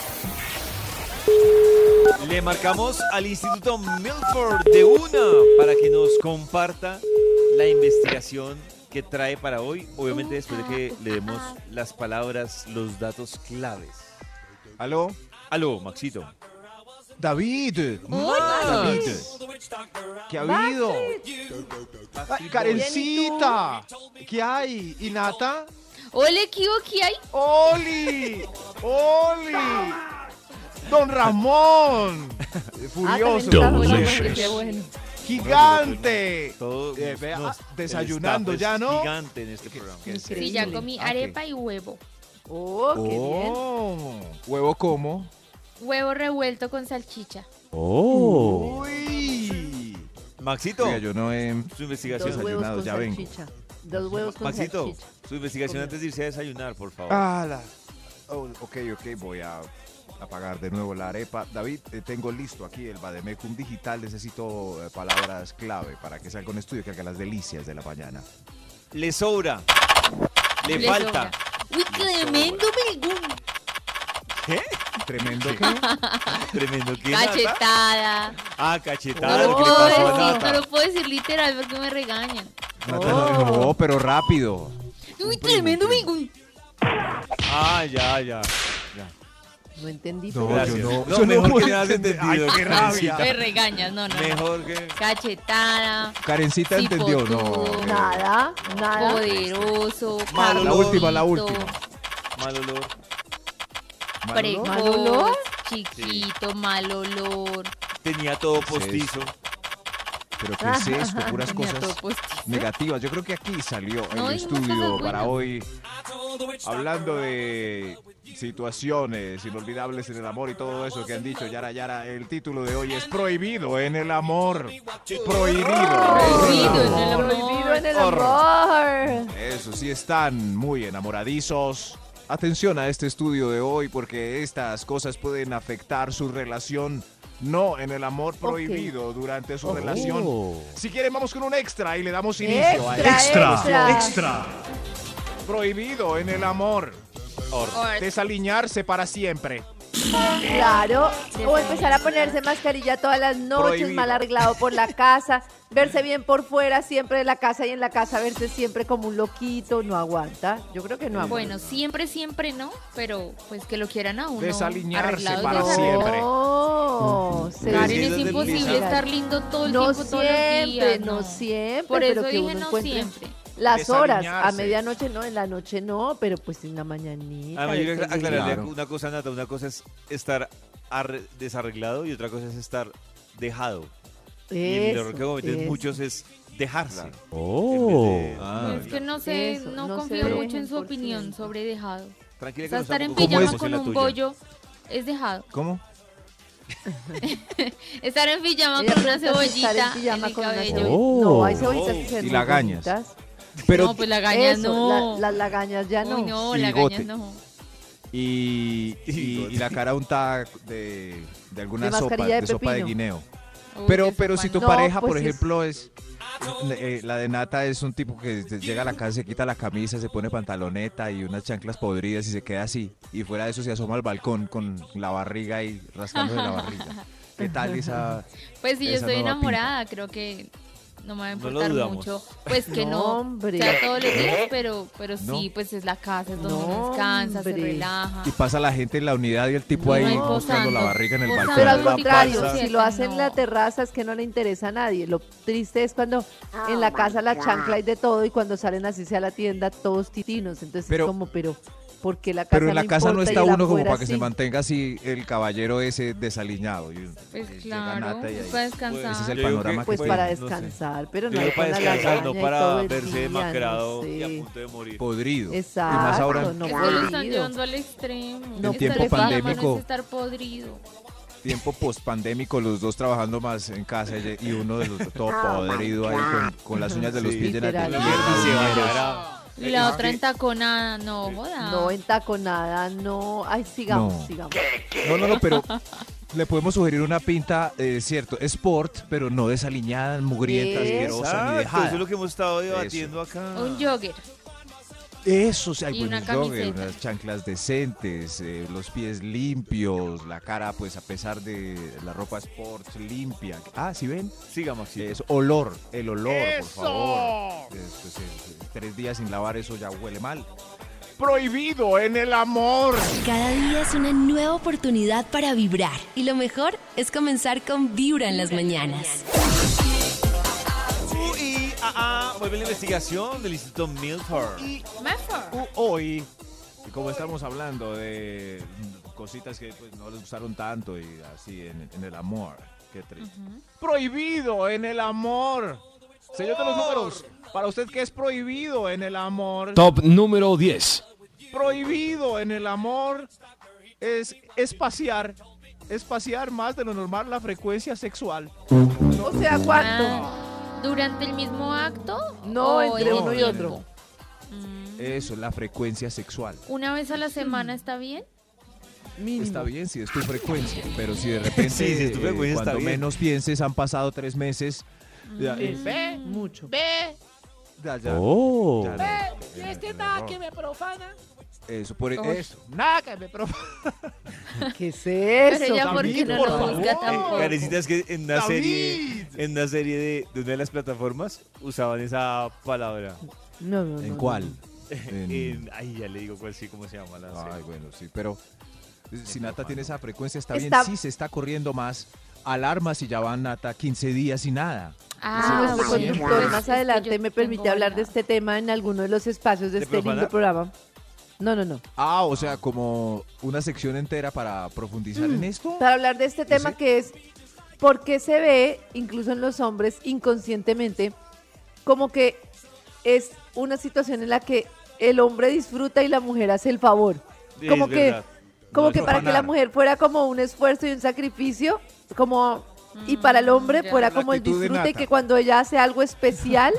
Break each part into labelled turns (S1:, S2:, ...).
S1: Le marcamos al Instituto Milford de una para que nos comparta la investigación que trae para hoy, obviamente después de que le demos las palabras, los datos claves.
S2: Aló,
S1: Aló, Maxito.
S2: David.
S3: Oh.
S2: Max. David. ¿Qué ha habido? Ay, Karencita. ¿Qué hay? ¿Y Nata?
S3: Ole, ¿qué hubo, qué hay?
S2: ¡Oli! ¡Oli! ¡Don Ramón! Furioso.
S3: Ah, también está bueno, qué bueno.
S2: ¡Gigante!
S1: Todo
S2: Eh, vea,
S1: nos-
S2: desayunando
S1: el
S2: ya,
S1: staff es
S2: ¿no?
S1: Gigante en este programa.
S3: Sí, ya comí
S2: ah,
S3: arepa y huevo.
S4: Oh, qué bien.
S2: Oh, ¿Huevo cómo?
S3: Huevo revuelto con salchicha.
S2: ¡Uy!
S1: Maxito,
S2: Oiga, yo no he...
S1: su
S4: Dos
S1: investigación.
S4: huevos
S2: desayunado,
S4: con
S2: ya vengo.
S4: salchicha. Dos huevos con
S1: Maxito,
S4: salchicha.
S1: su investigación antes de irse a desayunar, por favor.
S2: Ah, la... oh, ok, ok, voy a apagar de nuevo la arepa. David, eh, tengo listo aquí el Bademecum Digital. Necesito eh, palabras clave para que salga un estudio que haga las delicias de la mañana.
S1: Le sobra. Le,
S3: Le
S1: falta.
S3: sobra. Uy, tremendo melgún.
S2: Tremendo que...
S1: Tremendo que nata.
S3: Cachetada.
S1: Ah,
S3: No
S1: cachetada.
S3: lo
S1: ¿qué le
S3: puedo
S1: pasó a
S3: decir,
S1: Nata?
S3: no lo puedo decir literal porque me regañan.
S2: Nata no dijo, "Oh, pero rápido.
S3: Uy, tremendo melgún.
S1: Ah, ya, ya.
S4: No entendí.
S2: No,
S4: pero-
S1: Gracias.
S2: yo no-
S1: No,
S2: yo
S1: mejor
S2: no voy
S1: que
S2: a
S1: nada has
S2: entender.
S1: entendido.
S2: Ay, qué rabia.
S3: Me regañan, no, no. no.
S1: Mejor que.
S3: Cachetada,
S2: Karencita
S3: Sí,
S2: entendió, no.
S3: potudo.
S2: eh,
S4: Nada, nada.
S3: poderoso,
S1: Mal
S2: La última, la
S3: carbonito,
S2: última.
S1: Mal olor.
S2: ¿Mal olor?
S4: ¿Mal olor?
S3: Precoz, chiquito, mal olor.
S1: Tenía todo postizo.
S2: Pero ¿qué es esto? Puras
S3: Tenía todo
S2: cosas
S3: postizo.
S2: negativas. Yo creo que aquí salió el
S3: No, dijimos
S2: estudio
S3: cosas
S2: para
S3: buenas.
S2: hoy. Hablando de situaciones inolvidables en el amor y todo eso que han dicho Yara Yara, el título de hoy es Prohibido en el amor. Prohibido.
S3: Prohibido en el amor.
S4: Prohibido en el amor.
S2: Eso sí, están muy enamoradizos. Atención a este estudio de hoy porque estas cosas pueden afectar su relación. No en el amor prohibido durante
S4: Oh.
S2: su relación. Si quieren, vamos con un extra y le damos inicio a
S4: Extra, extra, extra.
S2: Prohibido en el amor.
S4: Oh,
S3: Or-
S2: Desaliñarse para siempre.
S4: Claro. O empezar a ponerse mascarilla todas las noches,
S2: Prohibido.
S4: mal arreglado por la casa. Verse bien por fuera, siempre de la casa y en la casa verse siempre como un loquito. No aguanta. Yo creo que
S2: Ah,
S4: no aguanta.
S3: Bueno, siempre, siempre no, pero pues que lo quieran a uno.
S2: Desaliñarse
S3: arreglado y
S2: para
S3: desarreglado.
S2: siempre.
S4: No, se-
S3: Karen,
S1: Decidido
S3: es
S1: del
S3: imposible
S1: día.
S3: estar lindo todo el
S4: No
S3: tiempo, todos los
S4: siempre,
S3: días.
S4: no siempre.
S3: Por
S4: pero
S3: eso
S4: que
S3: dije
S4: uno
S3: no
S4: encuentre
S3: siempre.
S4: Las horas, a
S2: Desaliñarse.
S4: medianoche no, en la noche no, pero pues en la
S2: Ah,
S4: mañanita.
S1: Además, yo quiero
S4: desayunar.
S1: aclararle
S2: Claro.
S1: una cosa, Nata. Una cosa es estar arre- desarreglado y otra cosa es estar dejado. y el error que
S4: Eso,
S1: cometen
S4: eso.
S1: muchos es dejarse.
S2: Claro.
S1: Oh.
S2: Ah,
S3: es que no sé,
S4: Eso,
S3: no,
S4: no
S3: confío
S4: se ve
S3: mucho en su
S4: 100%.
S3: opinión sobre dejado.
S1: Tranquila
S3: O
S1: que
S3: sea,
S1: nos
S3: estar en
S1: tampoco
S2: ¿Cómo
S3: pijama
S2: es?
S1: conocemos
S3: con
S1: la
S3: un
S1: tuya. Pues,
S3: bollo es dejado.
S2: ¿Cómo?
S3: Estar en pijama
S4: Ella
S3: con una
S4: pregunta si estar
S3: cebollita
S4: en
S3: en,
S4: pijama
S3: el
S4: con una
S2: Oh,
S3: cabello.
S4: cebollita. No, hay
S1: Oh,
S4: cebollitas que se ven
S2: Y
S4: muy
S2: lagañas.
S4: bonitas.
S2: Pero
S3: no, pues lagaña
S4: Eso,
S3: no.
S4: la- las lagañas ya no.
S3: Uy, no,
S2: Y
S3: lagaña
S2: bigote.
S3: no.
S2: y, y- y la cara untada de, de alguna
S4: De
S2: sopa,
S4: mascarilla de
S2: de sopa de
S4: pepino.
S2: guineo.
S3: Uy,
S2: Pero,
S3: qué
S2: pero si tu
S4: No,
S3: sopa,
S2: pareja,
S4: pues
S2: por
S4: es-
S2: ejemplo, es eh, la de Nata es un tipo que se- llega a la casa, se quita la camisa, se pone pantaloneta y unas chanclas podridas y se queda así. Y fuera de eso se asoma al balcón con la barriga y rascándose la barriga. ¿Qué tal esa?
S3: Pues si yo
S2: esa
S3: estoy
S2: nueva
S3: enamorada, creo que no me va a
S1: No lo
S3: importar
S1: dudamos.
S3: mucho. Pues que
S4: No,
S3: no,
S4: hombre.
S3: sea todos los días, pero, pero
S2: No.
S3: sí, pues es la casa, es donde
S4: No,
S3: uno descansa, se
S4: hombre.
S3: relaja.
S2: Y pasa la gente en la unidad y el tipo
S3: No,
S2: ahí
S3: ahí
S2: buscando la
S3: posando,
S2: barriga en el
S3: posando.
S2: balcón.
S4: Pero al
S1: la
S4: contrario,
S1: pasa.
S4: si lo hace en la
S3: No.
S4: terraza es que no le interesa a nadie. Lo triste es cuando
S3: Ah,
S4: en
S3: oh
S4: la casa la chancla hay de todo y cuando salen así sea a la tienda todos titinos. Entonces
S2: Pero-
S4: es como, pero Porque la casa
S2: Pero en la
S4: no
S2: casa no
S4: importa y
S2: está
S4: el
S2: uno como
S4: afuera
S2: para que se
S4: sí.
S2: mantenga así el caballero ese desaliñado. y-
S3: Pues
S2: y llega
S3: claro,
S2: Nata y
S3: es
S2: ahí-
S3: para
S2: Ese
S3: descansar.
S2: es el
S1: Yo digo
S2: panorama
S4: Pues
S2: que
S4: para
S1: tiene, no sé.
S4: descansar, pero no
S1: Yo
S4: hay
S1: digo para
S4: con la
S1: descansar, no
S4: lagaña y
S1: para
S4: todo el
S1: verse
S4: día, no
S1: demacrado y a
S4: sé.
S1: punto de morir.
S2: podrido.
S4: Exacto,
S2: y más ahora en
S4: no
S3: Es que lo están
S4: podrido.
S3: llevando al extremo.
S4: No,
S3: Estar
S4: tiempo
S3: enfermo no es
S2: pandémico.
S3: estar podrido.
S2: tiempo pospandémico, los dos trabajando más en casa y y uno de los dos todo podrido ahí con, con las uñas de los
S1: Sí.
S2: pies llenas de
S4: Literal.
S2: mierda.
S1: Oh, Y se bañará.
S3: Y
S2: Eh,
S3: la
S1: Es
S3: otra
S1: que-
S3: entaconada, no, joda.
S4: No en taconada, no. Ay, sigamos,
S2: No.
S4: sigamos.
S2: No, no, no, pero le podemos sugerir una pinta, eh, cierto, sport, pero no desaliñada, mugrienta,
S4: Yes.
S2: asquerosa, ni
S1: Exacto,
S2: dejada.
S1: eso es lo que hemos estado debatiendo acá.
S3: Un jogger.
S2: Eso sí, hay
S3: Y
S2: buen
S3: una
S2: jogger,
S3: camiseta.
S2: unas chanclas decentes, eh, los pies limpios, la cara, pues a pesar de la ropa sport limpia. Ah, ¿sí ven?
S1: Siga, Maxito.
S2: Es olor, el olor, por favor. Es, pues, eh, tres días sin lavar eso ya huele mal. Prohibido en el amor.
S5: Cada día es una nueva oportunidad para vibrar y lo mejor es comenzar con Vibra en las mañanas.
S1: Uy, ah, ah, vuelve la investigación del Instituto Milford.
S3: Mejor.
S2: U- hoy, y como estamos hablando de mm, cositas que pues, no les gustaron tanto y así en, en el amor, qué triste. Prohibido en el amor. Señor de los números, para usted qué es prohibido en el amor.
S6: Top número 10.
S2: Prohibido en el amor es espaciar, espaciar más de lo normal la frecuencia sexual.
S4: O sea, ¿cuánto?
S3: Ah, ¿Durante el mismo acto?
S4: No,
S3: o
S4: entre
S3: en
S4: uno y
S3: el
S4: otro.
S3: tiempo? Mm.
S2: Eso, la frecuencia sexual.
S3: ¿Una vez a la semana está bien?
S2: Está bien si es tu frecuencia, pero si de repente
S1: Sí, si es tu
S2: eh,
S1: frecuencia, está
S2: cuando
S1: bien.
S2: menos pienses han pasado tres meses. Ya,
S4: Sí,
S2: y-
S4: Mucho.
S2: ya, ya,
S6: Oh.
S2: ya, ya, ya, ya, no. Eso, por
S3: Uy.
S2: eso. Nada que me profana.
S4: ¿Qué es eso?
S3: Pero Pues ella, ¿por qué
S4: Camilo?
S3: no
S2: por
S3: lo busca
S2: favor.
S3: tampoco?
S1: Carecita, Eh, es que en una
S2: David.
S1: serie, en una serie de, de una de las plataformas usaban esa palabra.
S4: No, no, no,
S2: ¿En
S4: no.
S2: cuál? En-
S1: En- ay, ya le digo cuál sí, cómo se llama la serie.
S2: Ay, bueno, sí, pero si Nata tiene esa frecuencia está,
S4: Está-
S2: bien. Sí, se está corriendo más. Alarmas y ya van Nata 15 días y nada.
S4: Si
S3: Ah,
S4: nuestro
S3: bueno,
S4: conductor
S3: pues es
S4: más
S3: que
S4: adelante
S3: yo
S4: me
S3: tengo
S4: permite hablar de
S3: la-
S4: este tema en alguno de los espacios de
S1: ¿De
S4: este lindo
S1: profanar?
S4: programa. No, no, no.
S2: Ah, o sea, como una sección entera para profundizar
S4: Mm.
S2: en esto.
S4: Para hablar de este tema
S2: sí?
S4: que es por qué se ve, incluso en los hombres, inconscientemente, como que es una situación en la que el hombre disfruta y la mujer hace el favor.
S1: Sí,
S4: Como
S1: es
S4: que-
S1: verdad.
S4: Como
S1: No,
S4: que
S1: es
S4: para que la
S2: profanar.
S4: mujer fuera como un esfuerzo y un sacrificio, como y para el hombre
S3: Mm, ya.
S4: fuera
S2: La
S4: como el
S2: actitud de
S4: disfrute
S2: Nata.
S4: que cuando ella hace algo especial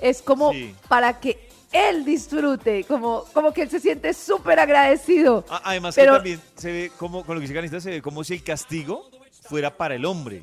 S4: es como
S1: Sí.
S4: para que él disfrute, como como que él se siente súper agradecido.
S1: Ah, además
S4: Pero-
S1: que también se ve como, con lo que dice Carecita, se ve como si el castigo fuera para el hombre.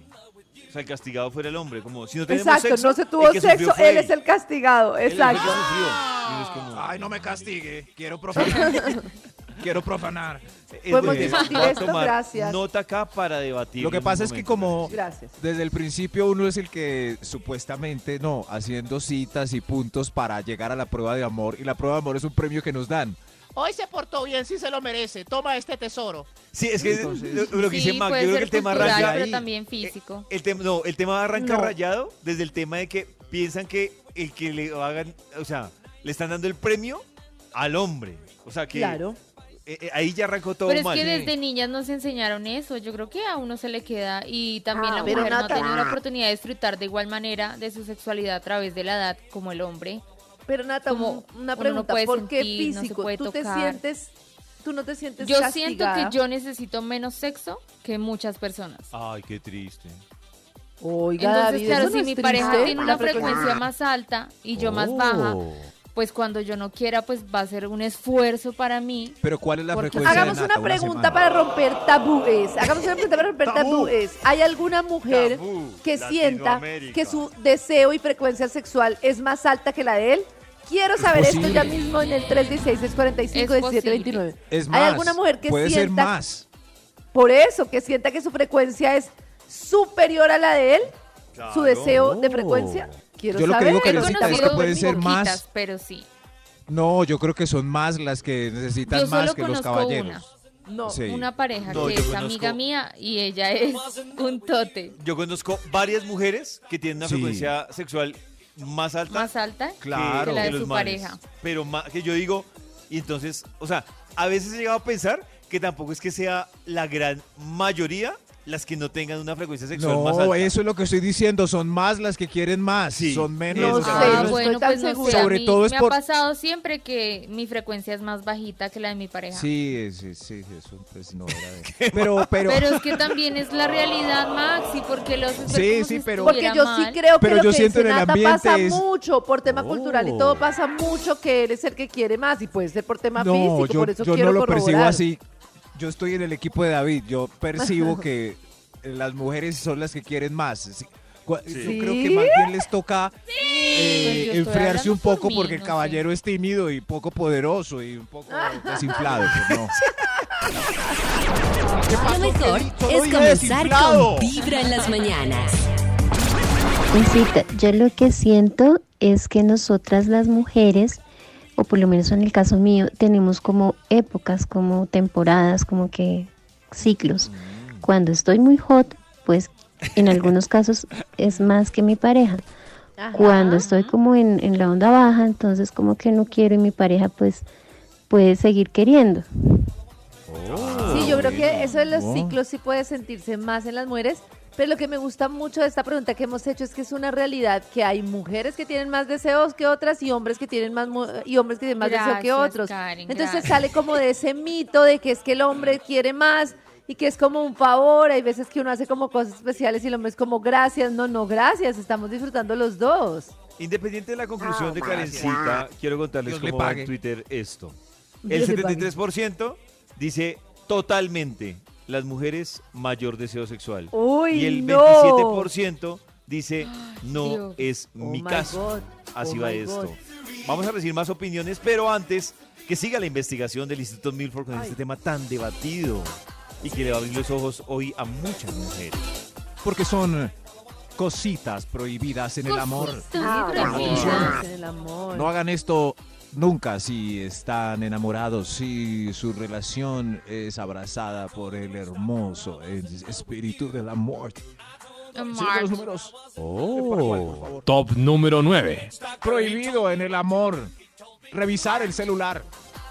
S1: O sea, el castigado fuera el hombre. Como si no tenemos
S4: Exacto,
S1: sexo,
S4: no se tuvo
S1: el que sufrió
S4: sexo,
S1: fue
S4: él es el castigado,
S1: Él es el que
S4: exacto.
S1: sufrió. Y uno es como-
S2: castigue, quiero profanar. quiero profanar.
S1: Es
S4: Podemos
S1: bueno,
S4: discutir
S1: voy a
S4: esto,
S1: tomar
S4: gracias.
S1: Nota acá para debatir.
S2: Lo que pasa es que como
S4: Gracias.
S2: desde el principio uno es el que supuestamente no, haciendo citas y puntos para llegar a la prueba de amor y la prueba de amor es un premio que nos dan.
S7: Hoy se portó bien, sí se lo merece. Toma este tesoro.
S1: Sí, es que
S2: Entonces-
S1: lo, lo que
S3: Sí,
S1: dice Mac, yo
S3: puede
S1: creo
S3: ser
S1: que el tema
S3: cultural,
S1: raya
S3: pero
S1: ahí. eh,
S3: también físico.
S1: El tema, no, el tema arranca
S4: No.
S1: rayado desde el tema de que piensan que el que le hagan, o sea, le están dando el premio al hombre. O sea que
S4: Claro.
S1: eh, eh, ahí ya arrancó todo
S3: Pero es
S1: mal.
S3: que desde niñas nos enseñaron eso. Yo creo que a uno se le queda y también
S4: Ah,
S3: la
S4: pero
S3: mujer no ha
S4: Nata-
S3: tenido la oportunidad de disfrutar de igual manera de su sexualidad a través de la edad como el hombre.
S4: Pero Nata,
S3: Como
S4: un- una
S3: uno no
S4: pregunta,
S3: puede
S4: ¿por qué
S3: sentir, no se
S4: físico?
S3: puede
S4: ¿Tú te
S3: tocar.
S4: sientes tú no te sientes
S3: Yo siento
S4: castigada?
S3: que yo necesito menos sexo que muchas personas.
S1: Ay, qué triste.
S4: Oiga,
S3: Entonces,
S4: David,
S3: claro,
S4: eso no
S3: si
S4: es
S3: mi
S4: triste.
S3: pareja tiene una
S4: La
S3: frecuencia más alta y yo más baja,
S2: Oh.
S3: pues cuando yo no quiera, pues va a ser un esfuerzo para mí.
S2: Pero ¿cuál es la
S3: Porque-
S2: frecuencia? de
S4: Hagamos
S2: Nata?
S4: una pregunta
S2: semana?
S4: para romper tabúes. Hagamos una pregunta para romper
S1: Tabú.
S4: tabúes. ¿Hay alguna mujer
S1: Tabú,
S4: que sienta
S1: Latinoamérica.
S4: que su deseo y frecuencia sexual es más alta que la de él? Quiero saber esto
S2: posible.
S4: ya mismo en el 316-645-1729.
S2: Es más,
S4: ¿Hay alguna mujer que
S2: puede ser
S4: sienta,
S2: más.
S4: por eso, que sienta que su frecuencia es superior a la de él? ¿Su deseo de frecuencia? Quiero
S2: Yo lo que
S4: saber.
S2: digo,
S3: He
S2: Pero si
S3: conocido
S2: es que pueden ser
S3: poquitas,
S2: más.
S3: pero sí.
S2: No, yo creo que son más las que necesitan
S3: Yo
S2: más
S3: solo
S2: que los
S3: conozco
S2: caballeros.
S3: una.
S4: No.
S2: Sí.
S3: Una pareja
S1: No,
S3: que
S1: yo
S3: es
S1: conozco-
S3: amiga mía y ella es un tote
S1: Yo conozco varias mujeres que tienen una
S2: Sí.
S1: frecuencia sexual más alta
S3: más alta.
S1: que-
S2: Claro.
S3: Que la de
S1: los
S3: su
S1: manes.
S3: pareja.
S1: Pero ma- que yo digo, y entonces, o sea, a veces he llegado a pensar que tampoco es que sea la gran mayoría las que no tengan una frecuencia sexual más
S2: No,
S1: alta.
S2: eso es lo que estoy diciendo. Son más las que quieren más.
S1: Sí.
S2: Son menos
S4: No
S2: las
S4: sé,
S2: que quieren
S3: Ah,
S4: no
S2: menos.
S3: bueno,
S4: estoy tan
S3: pues no sé,
S4: segura.
S3: a
S2: Sobre
S3: mí
S2: todo es
S3: me
S2: por-
S3: ha pasado siempre que mi frecuencia es más bajita que la de mi pareja.
S2: Sí, sí, sí, eso pues no era de... Pero, pero,
S3: Pero, es que también es la realidad, Maxi, porque los
S2: Sí, sí, pero-
S4: Porque yo sí creo que
S2: Pero
S4: lo
S2: yo
S4: que
S2: siento
S4: dice
S2: en el
S4: Nata pasa
S2: ambiente es-
S4: mucho por tema cultural y
S1: Oh.
S4: todo pasa mucho que eres el que quiere más y puede ser por tema
S2: no,
S4: físico,
S2: yo,
S4: por eso
S2: yo
S4: quiero
S2: no lo percibo
S4: corroborar.
S2: así. Yo estoy en el equipo de David. Yo percibo que las mujeres son las que quieren más. Sí. Cu- Yo creo que
S4: ¿Sí?
S2: más bien les toca eh,
S3: Pues yo estoy
S2: enfriarse
S3: hablando
S2: un poco
S3: por mí,
S2: porque el
S3: no sé.
S2: caballero es tímido y poco poderoso y un poco desinflado. pues no.
S5: Lo mejor
S2: Solo
S5: es
S2: dije
S5: comenzar
S2: desinflado.
S5: con vibra en las mañanas.
S6: Juancita, yo lo que siento es que nosotras las mujeres, o por lo menos en el caso mío, tenemos como épocas, como temporadas, como que ciclos. Cuando estoy muy hot, pues en algunos casos es más que mi pareja.
S4: Ajá.
S6: Cuando estoy como en, en la onda baja, entonces como que no quiero y mi pareja pues puede seguir queriendo.
S4: Sí, yo creo que eso de los
S2: Oh.
S4: ciclos sí puede sentirse más en las mujeres, pero lo que me gusta mucho de esta pregunta que hemos hecho es que es una realidad que hay mujeres que tienen más deseos que otras y hombres que tienen más mu- y hombres que tienen más deseo que
S3: Gracias,
S4: otros.
S3: Karen,
S4: Entonces
S3: gracias.
S4: sale como de ese mito de que es que el hombre quiere más y que es como un favor, hay veces que uno hace como cosas especiales y el hombre es como gracias, no, no, gracias, estamos disfrutando los dos.
S1: Independiente de la conclusión de Karencita, quiero contarles
S2: Dios le
S1: cómo va en
S2: pague.
S1: Twitter esto. El
S4: Dios le pague.
S1: 73% dice totalmente las mujeres mayor deseo sexual.
S4: Uy,
S1: y el
S4: no.
S1: 27% dice no
S3: Dios.
S1: es
S4: Oh
S1: mi
S4: my
S1: caso.
S4: God.
S1: Así
S4: Oh
S1: va
S4: my
S1: esto.
S4: God.
S1: Vamos a recibir más opiniones, pero antes que siga la investigación del Instituto Milford con este tema tan debatido y que le va a abrir los ojos hoy a muchas mujeres.
S2: Porque son eh, cositas prohibidas en el amor.
S4: En el amor.
S2: No hagan esto nunca si están enamorados, si su relación es abrazada por el hermoso el espíritu del amor. Sigan los números.
S8: Oh. Top número 9.
S2: Prohibido en el amor. Revisar el celular.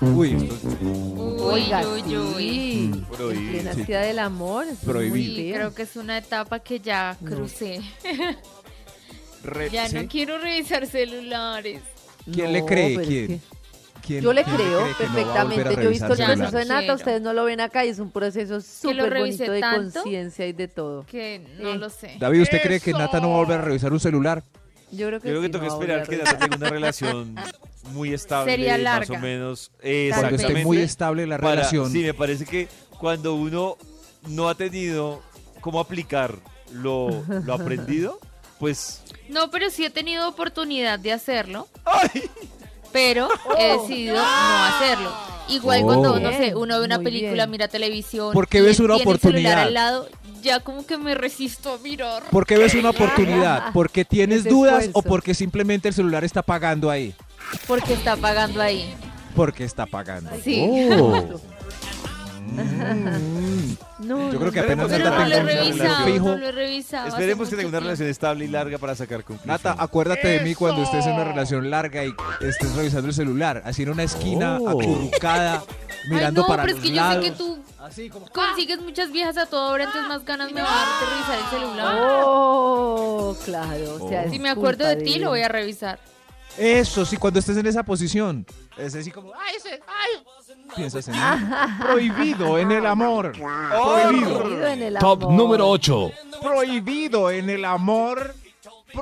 S2: Uy, esto es
S4: Oiga,
S3: uy, uy.
S4: sí. En
S1: Prohibido.
S4: plena
S2: Sí.
S4: ciudad del amor. eso es muy
S2: Prohibido.
S3: Sí,
S4: feo.
S3: creo que es una etapa que ya crucé.
S2: re-
S3: Ya
S2: Eh, ¿sí?
S3: no quiero revisar celulares.
S2: ¿Quién le
S4: No,
S2: cree?
S4: pero es
S2: ¿Quién?
S4: que-
S2: ¿Quién-
S4: Yo le
S2: quién
S4: creo
S2: cree que no va a volver a
S4: perfectamente. Yo he visto el
S2: revisar
S3: celulares?
S4: proceso de Nata,
S3: Quiero.
S4: ustedes no lo ven acá y es un proceso súper
S3: revisé
S4: bonito de
S3: tanto.
S4: conciencia y de todo.
S3: Que no
S4: Eh.
S3: lo sé.
S2: David, ¿usted cree que Nata no va a volver a revisar un celular?
S4: Yo creo que
S1: Yo creo que
S4: sí,
S1: toca
S4: no va a
S1: esperar
S4: volver
S1: que
S4: a
S1: Nata tenga una relación muy estable,
S3: Sería
S1: más o
S3: larga.
S1: menos.
S2: Cuando esté muy
S1: Exactamente.
S2: estable la
S1: Para-
S2: relación.
S1: Sí, me parece que cuando uno no ha tenido cómo aplicar lo, lo aprendido, pues
S3: No, pero sí he tenido oportunidad de hacerlo. Pero he decidido no, hacerlo. Igual
S2: Oh.
S3: cuando, no sé,
S4: Bien,
S3: uno ve una
S4: muy
S3: película,
S4: bien.
S3: mira televisión.
S2: ¿Por qué
S3: y
S2: ves una
S3: tiene el celular
S2: oportunidad?
S3: al lado, ya como que me resisto a mirar.
S2: ¿Por qué ves una oportunidad? ¿Porque tienes
S4: Ese
S2: dudas
S4: esfuerzo.
S2: o porque simplemente el celular está pagando ahí?
S3: Porque está pagando ahí.
S2: Porque está pagando.
S4: Oh.
S3: Sí.
S8: Oh.
S4: No,
S2: Yo
S4: no,
S2: creo que
S4: no.
S2: apenas
S3: Pero
S2: Nata tenga
S3: no lo he
S2: una relación
S3: revisado, no
S2: fijo.
S3: lo he revisado. hace
S1: esperemos que tenga
S3: mucho
S1: una relación estable y larga para sacar conclusiones.
S2: Nata, acuérdate de mí cuando estés en una relación larga y estés revisando el celular, así en una esquina
S1: Oh.
S2: acurrucada,
S3: tiempo.
S2: mirando
S3: Ay, no,
S2: para
S3: pero es
S2: los
S3: que
S2: lados.
S3: yo sé que tú consigues muchas viejas a toda hora, entonces más ganas me va a dar de revisar el celular.
S4: Oh, claro. O sea,
S3: si me acuerdo de ti, lo voy a revisar.
S2: Eso sí, cuando estés en esa posición, es así como
S7: ¡Ay, ese! ¡Ay!
S2: piensas en mí. Prohibido en el amor. Prohibido.
S4: Prohibido en el
S8: Top
S4: amor.
S8: número 8.
S2: Prohibido en el amor.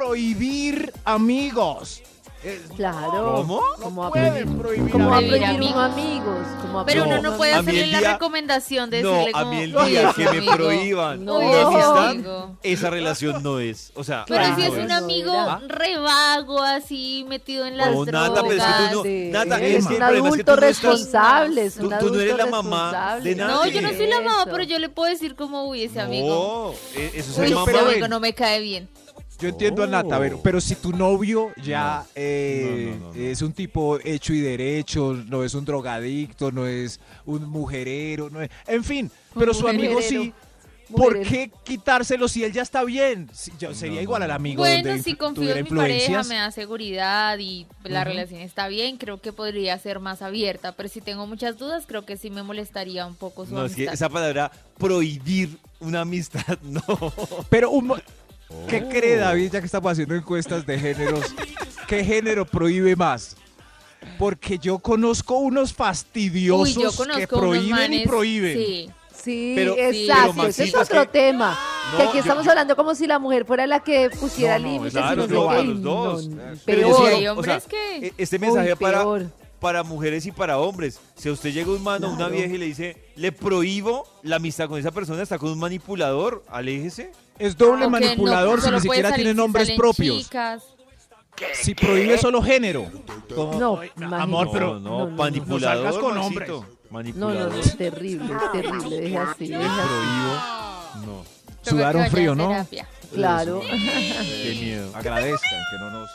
S2: Prohibir amigos. Es-
S4: Claro.
S1: ¿Cómo?
S4: ¿Cómo va a
S2: Pueden
S4: prohibir-
S2: prohibir
S4: cómo va a
S2: amigos.
S3: Prohibir
S4: prohibir uno
S3: amigos.
S4: amigos? ¿Cómo va a
S3: Pero uno
S4: prohibir
S3: no
S4: un
S3: puede
S1: A mí
S3: hacerle
S1: el
S3: la
S1: día-
S3: recomendación de
S1: No,
S3: decirle
S1: a
S3: como,
S1: mí el
S3: "Uy,
S1: día
S3: ese
S1: que me
S3: amigo".
S1: prohíban
S4: No.
S3: Uy,
S1: una
S3: ese
S1: amistad,
S3: amigo.
S1: esa relación no es. O sea,
S3: Pero
S1: ahí
S3: si es
S1: no
S3: un
S4: no
S3: amigo
S4: era.
S3: re vago, así, metido en las
S1: No,
S3: drogas.
S1: Nata, pero es que tú no-
S4: amante?
S1: Nata,
S4: Eres
S2: es que
S4: un
S2: el
S1: problema es que tú
S4: adulto
S1: no estás-
S4: responsable. es
S1: Tú- tú
S4: un
S1: no eres
S4: adulto
S1: la mamá
S4: responsable.
S1: de nadie.
S3: No, yo no soy la mamá,
S4: Eso.
S3: pero yo le puedo decir como, uy, ese amigo.
S1: No, e- eso se
S3: Uy,
S1: llama
S3: ese
S2: pero
S3: amigo
S2: ven.
S3: no me cae bien.
S2: Yo entiendo a Nata, pero, pero si tu novio ya eh,
S1: Oh. No, no, no, no.
S2: es un tipo hecho y derecho, no es un drogadicto, no es un mujerero, no es, en fin, pero su amigo sí, ¿Por
S4: mujeres.
S2: qué quitárselo si él ya está bien? Si- yo sería
S1: no,
S2: igual
S1: no,
S2: al
S1: no.
S2: amigo
S3: Bueno,
S2: donde
S3: si
S2: influ-
S3: confío
S2: tuviera
S3: en mi pareja,
S2: influencias.
S3: me da seguridad y la
S2: Ujú.
S3: relación está bien, creo que podría ser más abierta, pero si tengo muchas dudas, creo que sí me molestaría un poco su
S1: No, es que
S3: amistad.
S1: esa palabra prohibir una amistad, no.
S2: Pero un mo- ¿qué cree David ya que estamos haciendo encuestas de géneros? ¿Qué género prohíbe más? Porque yo conozco unos fastidiosos
S3: Uy, yo conozco
S2: que
S3: unos
S2: prohíben
S3: manes,
S2: y prohíben.
S3: Sí.
S4: Sí,
S1: Pero-
S3: Sí,
S4: exacto.
S3: pero,
S4: Ese es
S1: Maxito, es
S4: otro
S1: que-
S4: tema. que
S1: No,
S4: aquí
S1: yo-
S4: estamos
S1: yo-
S4: hablando como si la mujer fuera la que pusiera
S2: No, no,
S4: límites. y
S2: claro,
S4: no sé
S2: no,
S4: qué.
S2: a
S4: Y
S1: los dos.
S4: no,
S3: Pero
S1: yo
S3: sí,
S1: digo,
S3: hay
S1: o sea,
S3: hombres que-
S1: e- Este
S4: uy,
S1: mensaje para,
S4: peor.
S1: para mujeres y para hombres. Si a usted llega un man o una
S4: Claro.
S1: vieja y le dice, le prohíbo la amistad con esa persona, está con un manipulador, aléjese.
S2: Es doble
S3: O que no,
S2: manipulador si
S3: solo
S2: ni
S3: puede
S2: siquiera
S3: salir
S2: tiene
S3: si
S2: nombres
S3: salen
S2: propios.
S3: chicas. Eh.
S2: Si prohíbe solo género.
S4: No,
S2: Ay,
S4: imagínate.
S2: amor,
S1: No,
S2: pero
S1: no,
S4: no, no,
S1: manipulador.
S2: no salgas con
S1: Maxito.
S2: hombres.
S4: No,
S1: Manipulador.
S4: no, no, es terrible, es terrible. Es así, es así.
S1: Prohíbo. No.
S3: Tengo que
S2: sudaron
S3: vaya a
S2: frío, ¿no?
S3: terapia.
S4: Claro.
S1: Qué miedo.
S2: Agradezcan que no nos.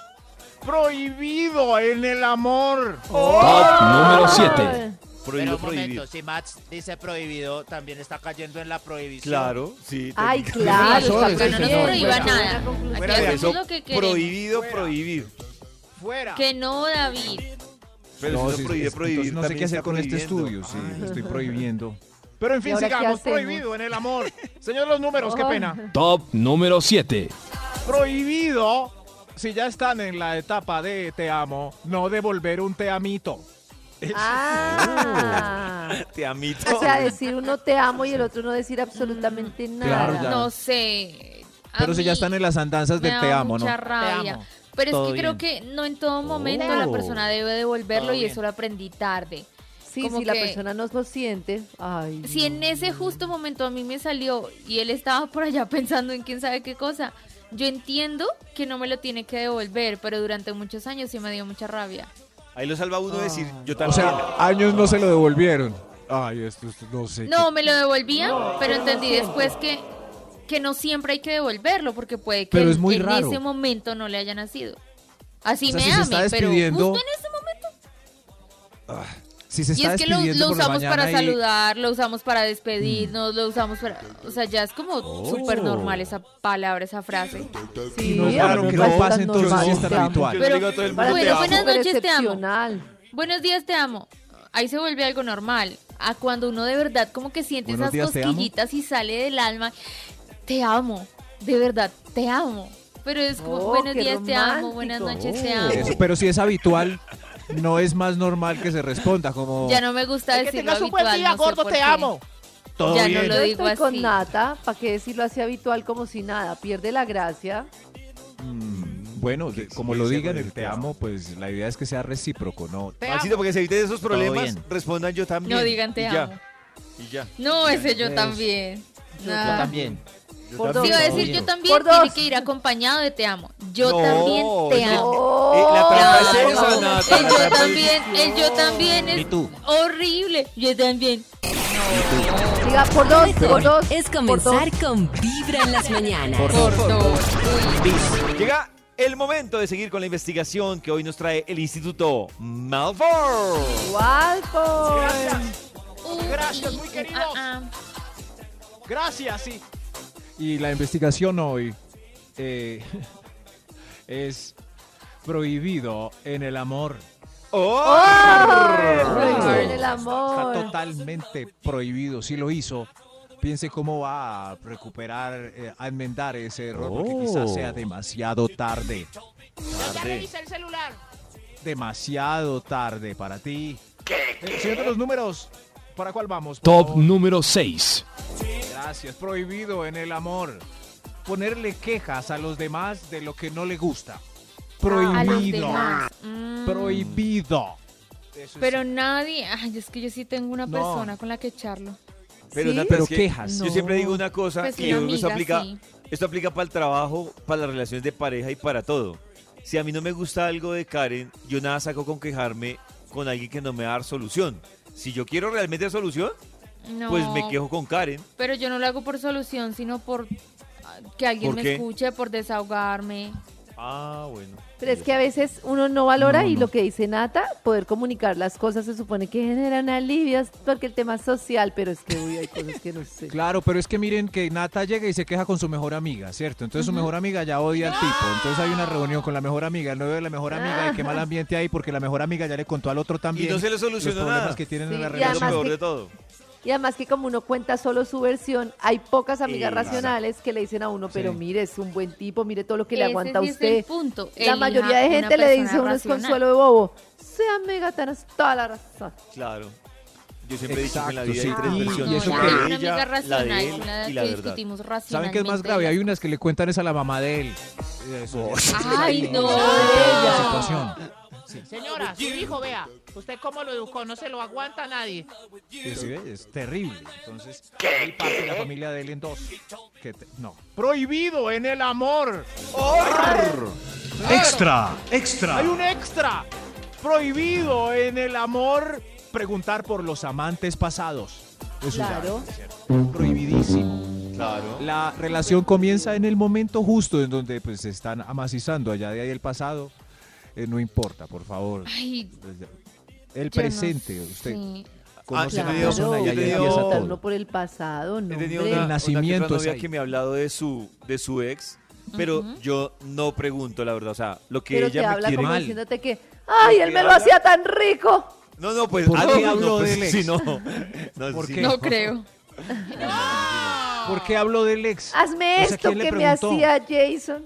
S2: Prohibido en el amor. Oh.
S8: Top número 7.
S1: Prohibido,
S7: Pero un momento,
S1: prohibir.
S7: si Max dice prohibido, también está cayendo en la prohibición.
S1: Claro, sí.
S4: Ay,
S1: técnicamente.
S4: claro.
S2: Profesores,
S4: está
S3: Pero no nos
S4: prohibido.
S3: prohíba nada.
S4: Bueno,
S3: Aquí
S1: Fuera de
S3: hacemos
S1: eso,
S3: lo que queremos.
S1: prohibido prohibir.
S7: Fuera.
S3: Que no, David.
S1: Pero si no prohíbe
S2: es- entonces
S1: prohibir.
S2: no sé
S1: también
S2: qué hacer
S1: está
S2: con este
S1: prohibiendo. Ah.
S2: estudio. Sí, estoy prohibiendo.
S7: Pero en
S4: fin, ¿Y ahora qué sigamos. hacemos? Prohibido
S7: en el amor. Señor, los números,
S3: Oh.
S4: qué pena.
S8: Top número 7.
S2: Prohibido si ya están en la etapa de te amo, no devolver un te amito.
S4: Ah.
S1: Te amito.
S4: O sea, decir uno te amo y el otro no decir absolutamente nada.
S2: Claro, ya.
S3: No sé. A
S2: Pero si ya
S3: mí
S2: están en las andanzas
S3: me
S2: de
S3: da
S2: te amo, ¿no?
S3: mucha rabia.
S7: amo.
S3: Pero es
S2: Todo
S3: que creo
S2: bien.
S3: que no en todo momento la
S8: Oh.
S3: persona debe devolverlo
S7: Todo
S3: y
S7: bien.
S3: eso lo aprendí tarde.
S4: Sí,
S3: Como
S4: si la
S3: que-
S4: persona no lo siente. Ay,
S3: Si
S2: Mm.
S3: en ese justo momento a mí me salió y él estaba por allá pensando en quién sabe qué cosa, yo entiendo que no me lo tiene que devolver, pero durante muchos años sí me dio mucha rabia.
S1: Ahí lo salva uno decir,
S3: Ah.
S1: yo
S2: O
S1: también.
S2: sea, años no se lo devolvieron. Ay, esto, esto no sé.
S3: No, me lo devolvían, pero entendí después que, que no siempre hay que devolverlo, porque puede que
S2: Pero es
S3: en-
S2: muy
S3: en
S2: raro.
S3: ese momento no le haya nacido. Así
S2: O sea,
S3: me
S2: si se
S3: ame,
S2: está
S3: pero
S2: despidiendo-
S3: justo en ese momento.
S2: Si se
S3: Y
S2: está
S3: es que lo,
S2: despidiendo
S3: lo
S2: por la
S3: usamos para
S2: mañana y- Mm.
S3: saludar, lo usamos para despedirnos, lo usamos para... O sea, ya es como
S2: Oh.
S3: súper normal esa palabra, esa frase.
S4: sí,
S2: no,
S4: a
S2: claro
S4: mí me
S2: que no
S4: parece
S2: pasa,
S4: tan
S2: entonces
S4: normal.
S2: sí es tan
S4: Te amo.
S2: habitual.
S1: Yo
S3: Pero-
S1: le digo a todo el mundo,
S3: Bueno,
S1: te amo.
S3: buenas
S4: Súper
S3: noches, te amo.
S4: excepcional.
S3: Buenos días, te amo. Ahí se vuelve algo normal. A cuando uno de verdad como que siente
S2: Buenos
S3: esas
S2: días, te amo.
S3: cosquillitas y sale del alma. Te amo, de verdad, te amo. Pero es como,
S4: Oh,
S3: buenos
S4: qué
S3: días, te amo, buenas
S4: romántico.
S3: noches, te
S2: Oh.
S3: amo.
S2: Eso, pero si es habitual, no es más normal que se responda como
S3: Ya no me gusta
S7: que
S3: decir lo
S7: tengas un buen
S3: habitual,
S7: día,
S3: no sé
S7: gordo,
S3: por
S7: te
S3: qué.
S7: amo.
S2: todo
S3: ya no
S2: bien.
S3: Lo
S4: Yo
S3: digo
S4: estoy con
S3: así.
S4: Nata, ¿para qué decirlo así habitual como si nada? Pierde la gracia.
S2: Mm, Bueno, de- como lo digan, el te amo, pues la idea es que sea recíproco, ¿no?
S7: Te
S1: Maxito,
S7: amo.
S1: porque se eviten esos problemas,
S2: bien.
S1: respondan yo también.
S3: No digan te
S1: y ya.
S3: amo.
S1: Y ya.
S3: No, ese yo
S2: Eso.
S3: también. Nah.
S7: Yo
S2: También.
S1: Yo
S4: Por
S3: Si
S4: dos.
S3: iba a
S2: Todo
S3: decir
S2: bien.
S3: yo también,
S4: Por dos.
S3: tiene que ir acompañado de te amo. Yo
S1: No,
S3: también te
S1: no.
S3: amo.
S1: Eh, la trampa es
S3: Claro.
S1: esa, Nata,
S3: El
S1: la
S3: yo
S1: trampa es-
S3: también, el yo también es horrible. Yo también.
S4: Diga, por dos, por
S5: Mejor
S4: dos.
S5: es
S4: por dos.
S5: comenzar con Vibra en las mañanas.
S1: Llega el momento de seguir con la investigación que hoy nos trae el Instituto Malfour.
S4: Walpo.
S7: Gracias, muy
S3: ah,
S7: querido. Gracias, sí.
S2: Y la investigación hoy eh, es prohibido en el amor. ¡Oh!
S4: Prohibido en el
S2: Está
S4: amor.
S2: totalmente prohibido. Si lo hizo, piense cómo va a recuperar, eh, a enmendar ese error, porque quizás sea demasiado tarde.
S1: Tarde.
S7: el celular.
S2: Demasiado tarde para ti. Eh, señor de los números, ¿para cuál vamos? por
S8: Top
S2: favor?
S8: número 6.
S2: Gracias. Prohibido en el amor. Ponerle quejas a los demás de lo que no le gusta.
S3: Ah, A los
S2: Prohibido.
S3: demás. Mm,
S2: Prohibido. Eso es-
S3: Pero nadie. Ay, es que yo sí tengo una
S2: No.
S3: persona con la que echarlo.
S1: Pero,
S4: ¿Sí?
S1: Nata,
S2: Pero
S1: es que
S2: quejas.
S1: Yo siempre digo una cosa
S3: Pues
S1: y
S3: una
S1: yo- esto
S3: amiga,
S1: aplica,
S3: sí.
S1: esto aplica para el trabajo, para las relaciones de pareja y para todo. Si a mí no me gusta algo de Karen, yo nada saco con quejarme con alguien que no me va a dar solución. Si yo quiero realmente solución,
S3: No,
S1: pues me quejo con Karen.
S3: Pero yo no lo hago por solución, sino por ah, que alguien
S1: ¿Por
S3: me
S1: qué?
S3: escuche, por desahogarme.
S1: Ah, bueno.
S4: Pero es que a veces uno no valora y lo que dice Nata, poder comunicar las cosas se supone que generan alivios porque el tema es social, pero es que uy, hay cosas que no sé.
S2: Claro, pero es que miren que Nata llega y se queja con su mejor amiga, ¿cierto? Entonces su mejor amiga ya odia al tipo. Entonces hay una reunión con la mejor amiga, el novio de la mejor amiga, y qué mal ambiente hay porque la mejor amiga ya le contó al otro también.
S1: Y no se le solucionó
S2: los problemas
S1: nada.
S2: que tienen
S4: Sí,
S2: en la
S4: y
S1: Es lo
S2: relación.
S4: además
S1: peor
S4: que-
S1: de todo.
S4: Y además que como uno cuenta solo su versión, hay pocas amigas
S1: Exacto.
S4: racionales que le dicen a uno, pero mire, es un buen tipo, mire todo lo que le
S3: Ese
S4: aguanta a
S3: sí es el
S4: usted.
S3: punto,
S4: La
S3: elija
S4: mayoría de
S3: una
S4: gente le dice a
S3: persona
S4: uno es
S3: racional.
S4: consuelo de bobo. Sea mega, tenés toda la razón.
S1: Claro. Yo siempre he dicho que en la
S2: Exacto,
S1: vida
S2: sí.
S1: hay tres
S2: Y-
S1: versiones.
S2: y eso
S3: la
S1: la
S2: que-
S3: de
S1: de
S3: una amiga
S1: ella, la
S3: racional,
S1: de él
S3: una
S1: y
S3: que
S1: la verdad.
S3: discutimos
S2: ¿Saben
S3: racionalmente.
S2: qué es más grave? Hay unas que le cuentan es a la mamá de él. Eso.
S3: Ay, no.
S2: La situación.
S7: Señora, su hijo, vea. ¿Usted cómo lo educó? No se lo aguanta a nadie.
S2: Es, es terrible. Entonces, ahí parte la familia de él en dos. Que te- no.
S7: Prohibido en el amor.
S8: Extra, extra.
S7: Hay un extra.
S2: Prohibido en el amor preguntar por los amantes pasados. Eso ya
S4: Claro.
S2: es cierto. Prohibidísimo.
S1: Claro.
S2: La relación comienza en el momento justo en donde pues se están amacizando allá de ahí el pasado. eh, no importa, por favor.
S3: Ay,
S2: El
S3: yo no
S2: presente, usted
S3: sé.
S4: Ah,
S2: conoce
S1: yo
S2: a la
S1: he tenido-
S2: persona y
S1: yo he
S2: ahí
S1: tenido-
S2: empieza
S4: Preguntar
S2: todo.
S4: uno por el pasado, no.
S1: He tenido una,
S4: hombre.
S2: El
S1: una que
S2: nacimiento
S1: otra
S2: es
S1: novia
S2: ahí.
S1: que me ha hablado de su, de su ex, pero yo no pregunto, la verdad. O sea, lo que
S4: pero te
S1: ella me
S4: habla
S1: quiere...
S4: como
S2: mal.
S4: diciéndote que, ay,
S1: Lo
S4: él
S1: que
S4: me lo
S1: habla-
S4: hacía tan rico.
S1: No, no, pues...
S2: ¿Por
S1: ah,
S2: qué
S1: no,
S2: habló
S1: no, pues,
S2: del ex?
S1: Sí, no. no,
S2: ¿Por
S1: sí,
S2: qué?
S3: No creo.
S2: ¿Por qué hablo del ex?
S4: Hazme
S2: O sea,
S4: esto
S2: ¿quién le
S4: que me
S2: preguntó?
S4: hacía Jason.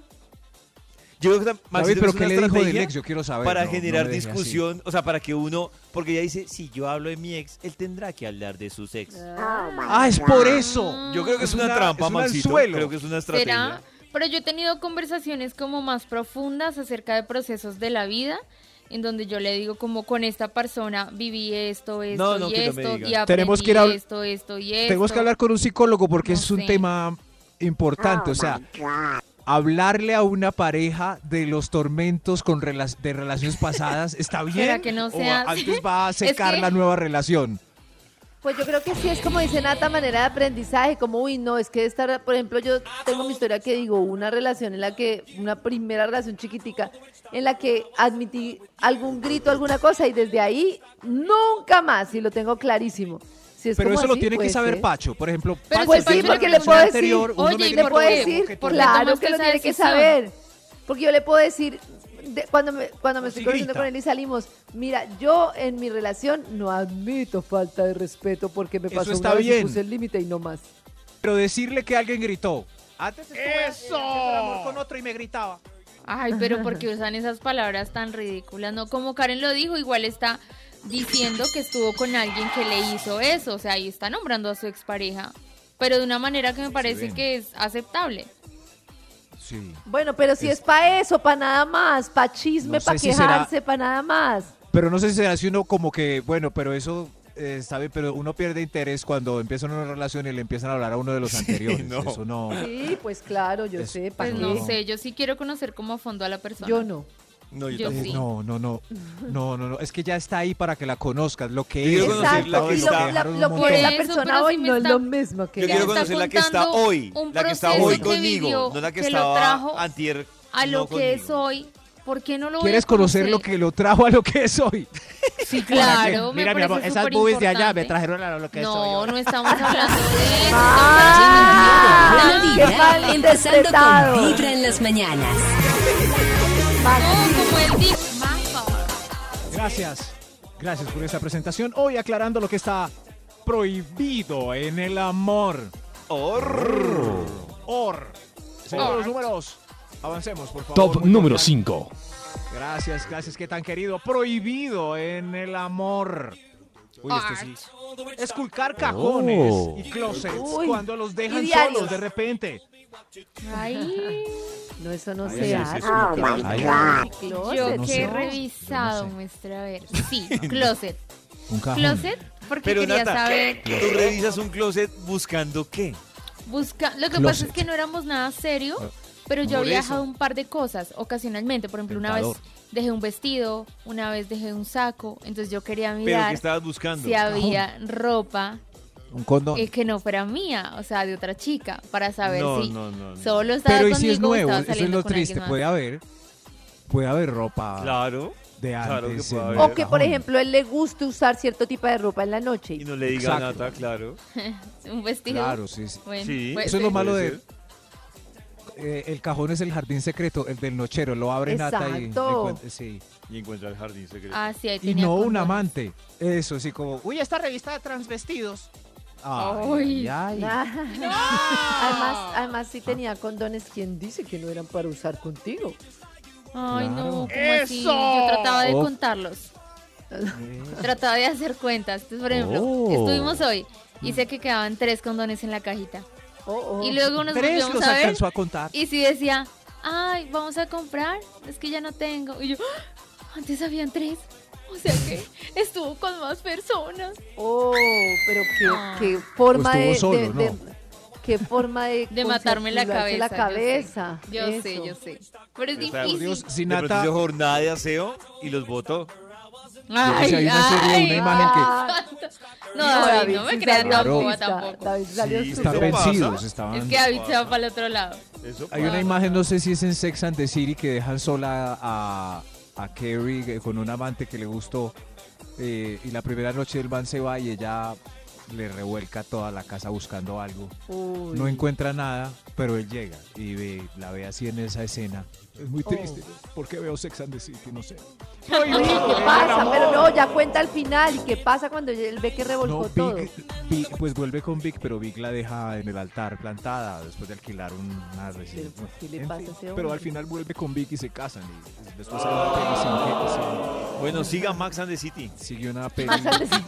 S1: Yo creo que tam-
S2: David,
S1: Maxito,
S2: pero
S1: es
S2: ¿qué
S1: una
S2: le dijo del
S1: estrategia
S2: ex? Yo quiero saber.
S1: Para
S2: No, no
S1: generar
S2: me deje así.
S1: discusión, o sea, para que uno... Porque ella dice, si yo hablo de mi ex, él tendrá que hablar de sus ex.
S2: Ah, es por eso.
S1: Yo creo que es una,
S2: una-
S1: trampa,
S2: es un
S1: Maxito.
S2: anzuelo.
S1: Creo que es una estrategia.
S3: ¿Será? Pero yo he tenido conversaciones como más profundas acerca de procesos de la vida, en donde yo le digo como con esta persona viví esto, esto
S1: no,
S3: y
S1: que no me
S3: esto,
S1: digas.
S3: y aprendí
S2: Tenemos que ir a-
S3: esto, esto y esto.
S2: Tenemos que hablar con un psicólogo porque
S3: No
S2: es un
S3: sé.
S2: tema importante. o sea, hablarle a una pareja de los tormentos con rela- de relaciones pasadas está bien.
S3: que no
S2: ¿O
S3: sea-
S2: antes va a
S3: Es que-
S2: secar la nueva relación.
S4: Pues yo creo que sí es como dice Nata, manera de aprendizaje, como, uy, no, es que esta, por ejemplo, yo tengo mi historia que digo, una relación en la que, una primera relación chiquitica, en la que admití algún grito, alguna cosa, y desde ahí nunca más, y lo tengo clarísimo. Si es
S2: Pero
S4: como
S2: eso lo
S4: así, pues
S2: tiene que
S4: puede
S2: saber
S4: ser.
S2: Pacho. Por ejemplo,
S3: Pero
S2: Pacho,
S4: Pues
S3: Pues
S2: si
S4: sí,
S2: fuera
S3: Pacho
S4: porque
S2: la
S3: pregunta
S4: le puedo
S2: relación
S4: decir,
S2: anterior, uno
S3: Oye,
S2: me
S3: ¿y
S4: le
S2: dijo,
S3: por
S4: puedo
S3: qué?
S4: decir,
S2: que tú-
S3: ¿Por qué
S4: claro
S3: tomaste
S4: que lo
S3: esa
S4: tiene que
S3: decisión?
S4: saber, porque yo le puedo decir, de- cuando me, cuando me
S2: Sí,
S4: estoy conociendo
S2: grita.
S4: con él y salimos, mira, yo en mi relación no admito falta de respeto porque me
S2: Eso
S4: pasó
S2: está
S4: una vez y
S2: bien.
S4: puse el límite y no más.
S2: Pero decirle que alguien gritó. Antes
S7: ¡Eso!
S2: otro y me gritaba.
S3: Ay, pero porque usan esas palabras tan ridículas? No, como Karen lo dijo, igual está diciendo que estuvo con alguien que le hizo eso, o sea, ahí está nombrando a su expareja, pero de una manera que me parece
S2: ven.
S3: que es aceptable.
S2: Sí.
S4: Bueno, pero si es, para eso, para nada más, para chisme,
S2: No sé
S4: para
S2: si será-
S4: quejarse, para nada más.
S2: Pero no sé si será si uno como que, bueno, pero eso eh, está bien, pero uno pierde interés cuando empiezan una relación y le empiezan a hablar a uno de los anteriores.
S1: no.
S2: Eso no.
S4: Sí, pues claro, yo
S2: Es-
S4: sé, ¿para
S3: Pues
S4: qué?
S3: no sé, yo sí quiero conocer como a fondo a la persona.
S4: Yo no.
S1: No, yo,
S3: Yo
S1: tampoco.
S2: Eh,
S3: sí.
S2: No, no, no, no, no, no, es que ya está ahí para que la conozcas, lo que
S1: Yo
S2: es.
S1: quiero conocer la
S2: todo
S4: Exacto,
S1: que
S4: y
S2: eso
S4: lo,
S1: está-
S4: la-
S2: dejaron un
S4: lo que es la
S2: montón.
S3: Por eso,
S4: persona
S3: pero
S4: hoy
S3: si me
S4: no
S3: está-
S4: es lo mismo que
S1: Yo quiero
S3: Me está
S1: conocer la que está
S3: contando
S1: hoy,
S3: un
S1: la que está
S3: proceso
S1: hoy
S3: que
S1: conmigo,
S3: vivió,
S1: no la que,
S3: que lo trajo
S1: estaba antier.
S3: A lo
S1: no
S3: que es
S1: conmigo.
S3: hoy, ¿por qué no lo voy a
S2: ¿Quieres conocer lo que lo trajo a lo que es hoy?
S3: Sí, claro, me
S7: Mira, mi
S3: parece
S7: amor, esas
S3: superimportante.
S7: boobies de allá me trajeron a lo que soy.
S3: No,
S7: hoy.
S3: no estamos hablando de eso.
S4: Ah,
S5: Buena
S4: qué
S5: vibra,
S4: mal
S5: empezando
S4: interpretado.
S5: con Vibra en las mañanas.
S3: No, como él dijo. Mamba.
S2: Gracias, gracias por esta presentación. Hoy aclarando lo que está prohibido en el amor.
S1: Orr.
S2: Or. Señor de los números, avancemos, por favor.
S8: Top
S2: Muy
S8: número
S2: importante.
S8: 5.
S2: Gracias, gracias, qué tan querido. Prohibido en el amor. Uy, esto sí. Esculcar cajones
S8: Oh.
S2: y closets
S4: Uy.
S2: cuando los dejan
S4: Y diarios.
S2: solos de repente.
S3: Ay,
S4: No, eso no
S1: sí,
S4: se
S1: sí,
S4: hace.
S1: es
S4: no,
S1: un
S4: que
S1: plan.
S4: va-
S3: yo
S2: no
S3: que
S2: sé.
S3: he revisado,
S2: Yo no sé.
S3: muestra a ver. Sí, closet.
S2: Un cajón.
S3: Closet, porque
S1: Pero
S3: quería
S1: Nata,
S3: saber.
S1: ¿tú revisas un closet buscando qué?
S3: Busca... Lo que pasa es que no éramos nada serio,
S2: Ah,
S3: pero yo
S2: Por
S3: había
S2: eso.
S3: dejado un par de cosas ocasionalmente. Por ejemplo, una vez
S2: Tentador.
S3: dejé un vestido, una vez dejé un saco. Entonces yo quería
S1: Pero
S3: mirar
S1: que estabas buscando.
S3: si había ropa
S2: Un condón.
S3: eh, que no fuera mía, o sea, de otra chica, para saber
S1: No,
S3: si
S1: no, no, no.
S3: solo estaba
S2: Pero y
S3: conmigo
S2: si es
S3: o
S2: nuevo, eso
S3: estaba
S2: es
S3: saliendo
S2: lo
S3: con alguien
S2: triste.
S3: más.
S2: Puede haber, puede haber ropa
S1: Claro.
S2: de
S1: claro que
S2: antes.
S1: puede
S2: en
S1: haber.
S2: el
S4: O que, por
S2: cajón.
S4: ejemplo, él le guste usar cierto tipo de ropa en la noche.
S1: Y no le diga
S2: Exacto.
S1: nada, claro.
S3: Un vestido.
S2: Claro, sí. sí.
S3: Bueno,
S1: Sí,
S3: puede
S2: Eso es lo
S3: ser.
S2: malo
S1: Puede
S2: de. eh, el cajón es el jardín secreto, el del nochero. Lo abre Nata y.
S4: Exacto.
S2: encuent- sí.
S1: Y encuentra el jardín secreto.
S3: Ah, sí, ahí
S2: Y
S3: tenía
S2: no un
S3: condón.
S2: amante. Eso sí, como.
S7: Uy, esta revista de transvestidos.
S2: Ay,
S3: Ay.
S2: ay, ay.
S4: Nah. Además, además sí tenía condones. ¿Quién dice que no eran para usar contigo?
S3: Ay,
S2: Claro.
S3: no, ¿cómo así?
S7: ¡Eso!
S3: Yo trataba de
S2: Oh.
S3: contarlos.
S2: eh".
S3: Trataba de hacer cuentas. Entonces, por ejemplo,
S2: Oh.
S3: estuvimos hoy y sé que quedaban tres condones en la cajita.
S4: Oh, oh.
S3: Y luego nos
S2: Tres
S3: volvíamos
S2: los
S3: a ver
S2: alcanzó a contar.
S3: y si decía, ay, vamos a comprar, es que ya no tengo. Y yo, ¡ah! antes habían tres. O sea que estuvo con más personas.
S4: Oh, pero
S3: Ah.
S4: qué, qué forma
S2: Pues
S4: de,
S2: estuvo
S4: de-
S2: solo,
S4: de-
S2: ¿no?
S4: qué forma de
S3: De matarme la
S4: conceptualizarse
S3: cabeza.
S4: la cabeza.
S3: Yo sé, yo sé,
S4: Eso.
S3: yo sé. Pero es
S1: O sea, por
S3: difícil.
S2: Dios, si
S1: De pronto
S2: Nata.
S1: hizo jornada de aseo y los votó.
S2: Yo sé, hay una serie, una imagen que-
S4: Ah,
S3: No, David, no
S4: sí
S3: me crean
S4: salió
S3: tampoco,
S4: artista,
S3: tampoco.
S4: David salió
S1: Sí,
S2: Están
S1: ¿Eso
S4: súper-
S1: pens-
S2: vencidos,
S1: pasa?
S2: estaban.
S3: Es que Ah. David se va para el otro lado.
S1: Eso
S2: Hay
S1: pasa.
S2: una imagen, no sé si es en Sex and the City, que dejan sola a, a Carrie eh, con un amante que le gustó. eh, y la primera noche el man se va y ella le revuelca toda la casa buscando algo.
S4: Uy.
S2: No encuentra nada, pero él llega y ve- la ve así en esa escena. Es muy triste.
S4: Oh.
S2: porque veo Sex and the City? No sé.
S4: Oye, ¿qué pasa? Pero no, ya cuenta al final. ¿Y qué pasa cuando él ve que revolcó
S2: No,
S4: todo?
S2: Big, Big- pues vuelve con Vic, pero Vic la deja en el altar plantada después de alquilar un- una residencia.
S4: Pero, ¿qué le
S2: En
S4: pasa a
S2: fin,
S4: ese hombre?
S2: pero al final vuelve con Vic y se casan. Y después hay una peli sin que-
S1: Bueno, siga Max and the City.
S2: sin- sigue una peli,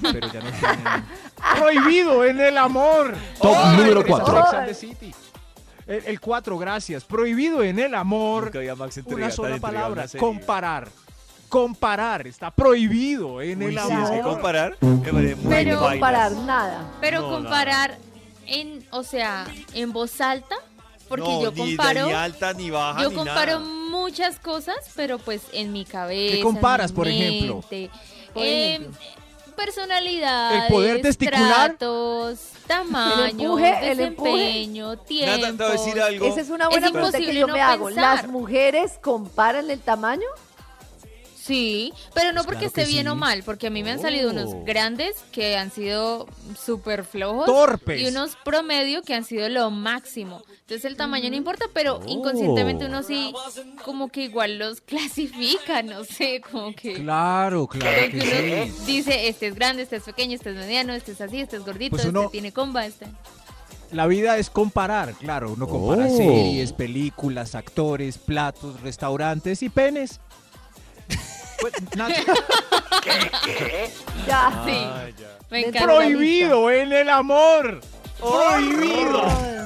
S2: pero ya no tienen.
S9: Prohibido en el amor.
S8: Top número
S9: regresó
S8: 4.
S9: Sex and the City. El, 4, gracias. Prohibido en el amor.
S1: Nunca había Max entrega,
S9: Una
S1: tan
S9: sola
S1: entregado a
S9: palabra.
S1: una serie.
S9: Comparar. Comparar. Está prohibido en
S1: Uy,
S9: el
S1: sí,
S9: amor.
S1: es que comparar me parece muy
S3: Pero
S4: No comparar
S1: bailas.
S4: nada.
S3: Pero
S1: No,
S3: comparar en, o sea, en voz alta, porque
S1: No,
S3: yo
S1: ni-
S3: comparo,
S1: Ni alta, ni baja,
S3: yo
S1: ni
S3: comparo
S1: nada.
S3: muchas cosas, pero pues en mi cabeza.
S2: ¿Qué comparas,
S3: en mi
S2: por ejemplo?
S3: mente,
S4: Por
S3: eh,
S4: ejemplo.
S3: personalidades,
S9: ¿El poder testicular?
S3: tratos, tamaño,
S4: El empuje, el empuje.
S3: desempeño,
S1: Nata,
S3: tiempo.
S1: te voy a decir algo.
S4: Esa es una
S3: Es
S4: buena pregunta que
S3: imposible
S4: yo
S3: no
S4: me hago.
S3: pensar.
S4: ¿Las mujeres comparan el tamaño?
S3: Sí, pero no
S2: Pues
S3: porque
S2: claro que
S3: esté bien o
S2: sí.
S3: mal, porque a mí me han salido unos
S2: Oh.
S3: grandes que han sido súper flojos.
S9: Torpes.
S3: Y unos promedio que han sido lo máximo. Entonces el tamaño
S2: Mm.
S3: no importa, pero
S2: Oh.
S3: inconscientemente uno sí como que igual los clasifica, no sé, como que...
S2: Claro, claro
S3: como que
S2: que
S3: uno
S2: sí.
S3: dice, este es grande, este es pequeño, este es mediano, este es así, este es gordito,
S2: Pues uno-
S3: este tiene comba, este...
S2: La vida es comparar, claro. Uno compara
S8: Oh.
S2: series, películas, actores, platos, restaurantes y penes. Pues, Nat-
S4: Ya.
S2: Ah,
S3: Sí,
S1: Ay, ya.
S3: me
S4: Del
S3: encanta.
S9: Prohibido en el amor.
S4: Oh,
S9: Prohibido.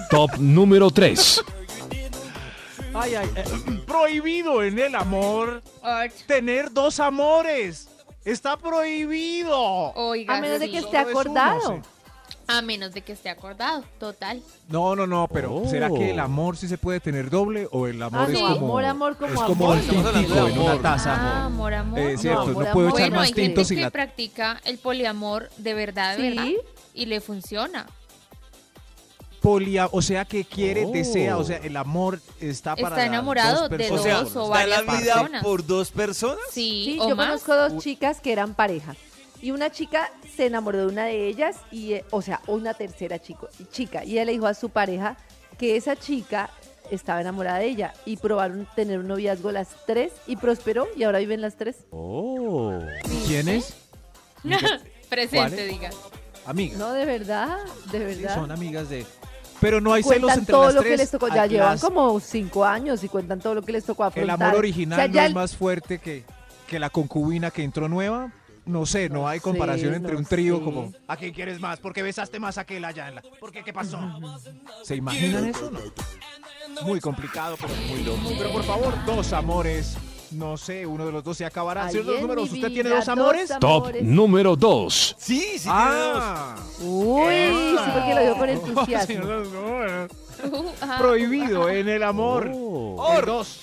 S8: Top número 3.
S9: Ay, ay, eh, prohibido en el amor
S3: Art.
S9: tener dos amores. Está prohibido.
S3: Oiga,
S4: A menos de Oh, que
S3: sí.
S4: esté
S9: Solo es uno,
S4: acordado.
S9: sí.
S3: a menos de que esté acordado, total.
S2: No, no, no, pero
S8: Oh.
S2: ¿será que el amor sí se puede tener doble o el amor
S4: Ah,
S2: es
S3: no,
S2: como
S4: amor, amor como
S2: es como
S4: amor.
S2: el
S1: Estamos hablando de
S2: tintico en una
S1: amor.
S2: taza?
S3: Ah, amor, amor.
S2: Eh,
S4: No,
S2: cierto, no,
S4: amor,
S2: puedo
S4: amor.
S2: echar
S3: Bueno,
S2: más
S3: hay gente
S2: tintos
S3: que
S2: y la
S3: practica el poliamor de verdad, de
S4: Sí.
S3: verdad, y le funciona.
S2: polia, o sea que quiere,
S8: Oh.
S2: desea, o sea, el amor está para
S3: Está
S2: las
S3: enamorado
S2: dos
S3: de
S2: personas.
S1: O sea,
S3: dos o
S1: ¿da la
S3: varias
S1: vida
S3: personas.
S1: por dos personas?
S3: Sí,
S4: Sí,
S3: o
S4: yo
S3: más.
S4: conozco dos chicas que eran pareja. Y una chica se enamoró de una de ellas, y, eh, o sea, una tercera chico- chica. Y ella le dijo a su pareja que esa chica estaba enamorada de ella. Y probaron tener un noviazgo las tres y prosperó. Y ahora viven las tres.
S1: Oh.
S2: ¿Quién es?
S3: Presente,
S2: ¿Cuáles?
S3: diga.
S2: Amigas.
S4: No, de verdad, de
S2: Sí,
S4: verdad.
S2: son amigas de. Pero no hay celos
S4: cuentan
S2: entre
S4: todo
S2: las
S4: lo
S2: tres.
S4: que les tocó.
S2: a
S4: Ya llevan
S2: las-
S4: como cinco años y cuentan todo lo que les tocó
S2: El
S4: afrontar.
S2: amor
S4: O sea,
S2: original no
S4: ya
S2: es
S4: el-
S2: más fuerte que, que la concubina que entró nueva. No sé, no,
S4: No
S2: hay
S4: sé,
S2: comparación entre
S4: no
S2: un trío
S4: sé.
S2: como.
S9: ¿A quién quieres más? Porque besaste más a aquel allá en la. ¿Por qué? ¿Qué pasó?
S2: ¿Se imaginan eso? No?
S9: Muy complicado, pero muy loco. Pero por favor, dos amores. No sé, uno de los dos se acabará.
S4: Ahí
S9: ¿Cierto
S4: en
S9: números?
S4: mi
S9: ¿Usted tiene
S4: vida,
S9: dos amores?
S8: Top número 2.
S1: Sí, sí,
S9: Ah,
S4: Uy, sí, porque lo digo con entusiasmo.
S9: señor, dos números.
S2: Ah.
S3: Uh, ajá.
S4: Oh.
S9: prohibido en el amor. El dos.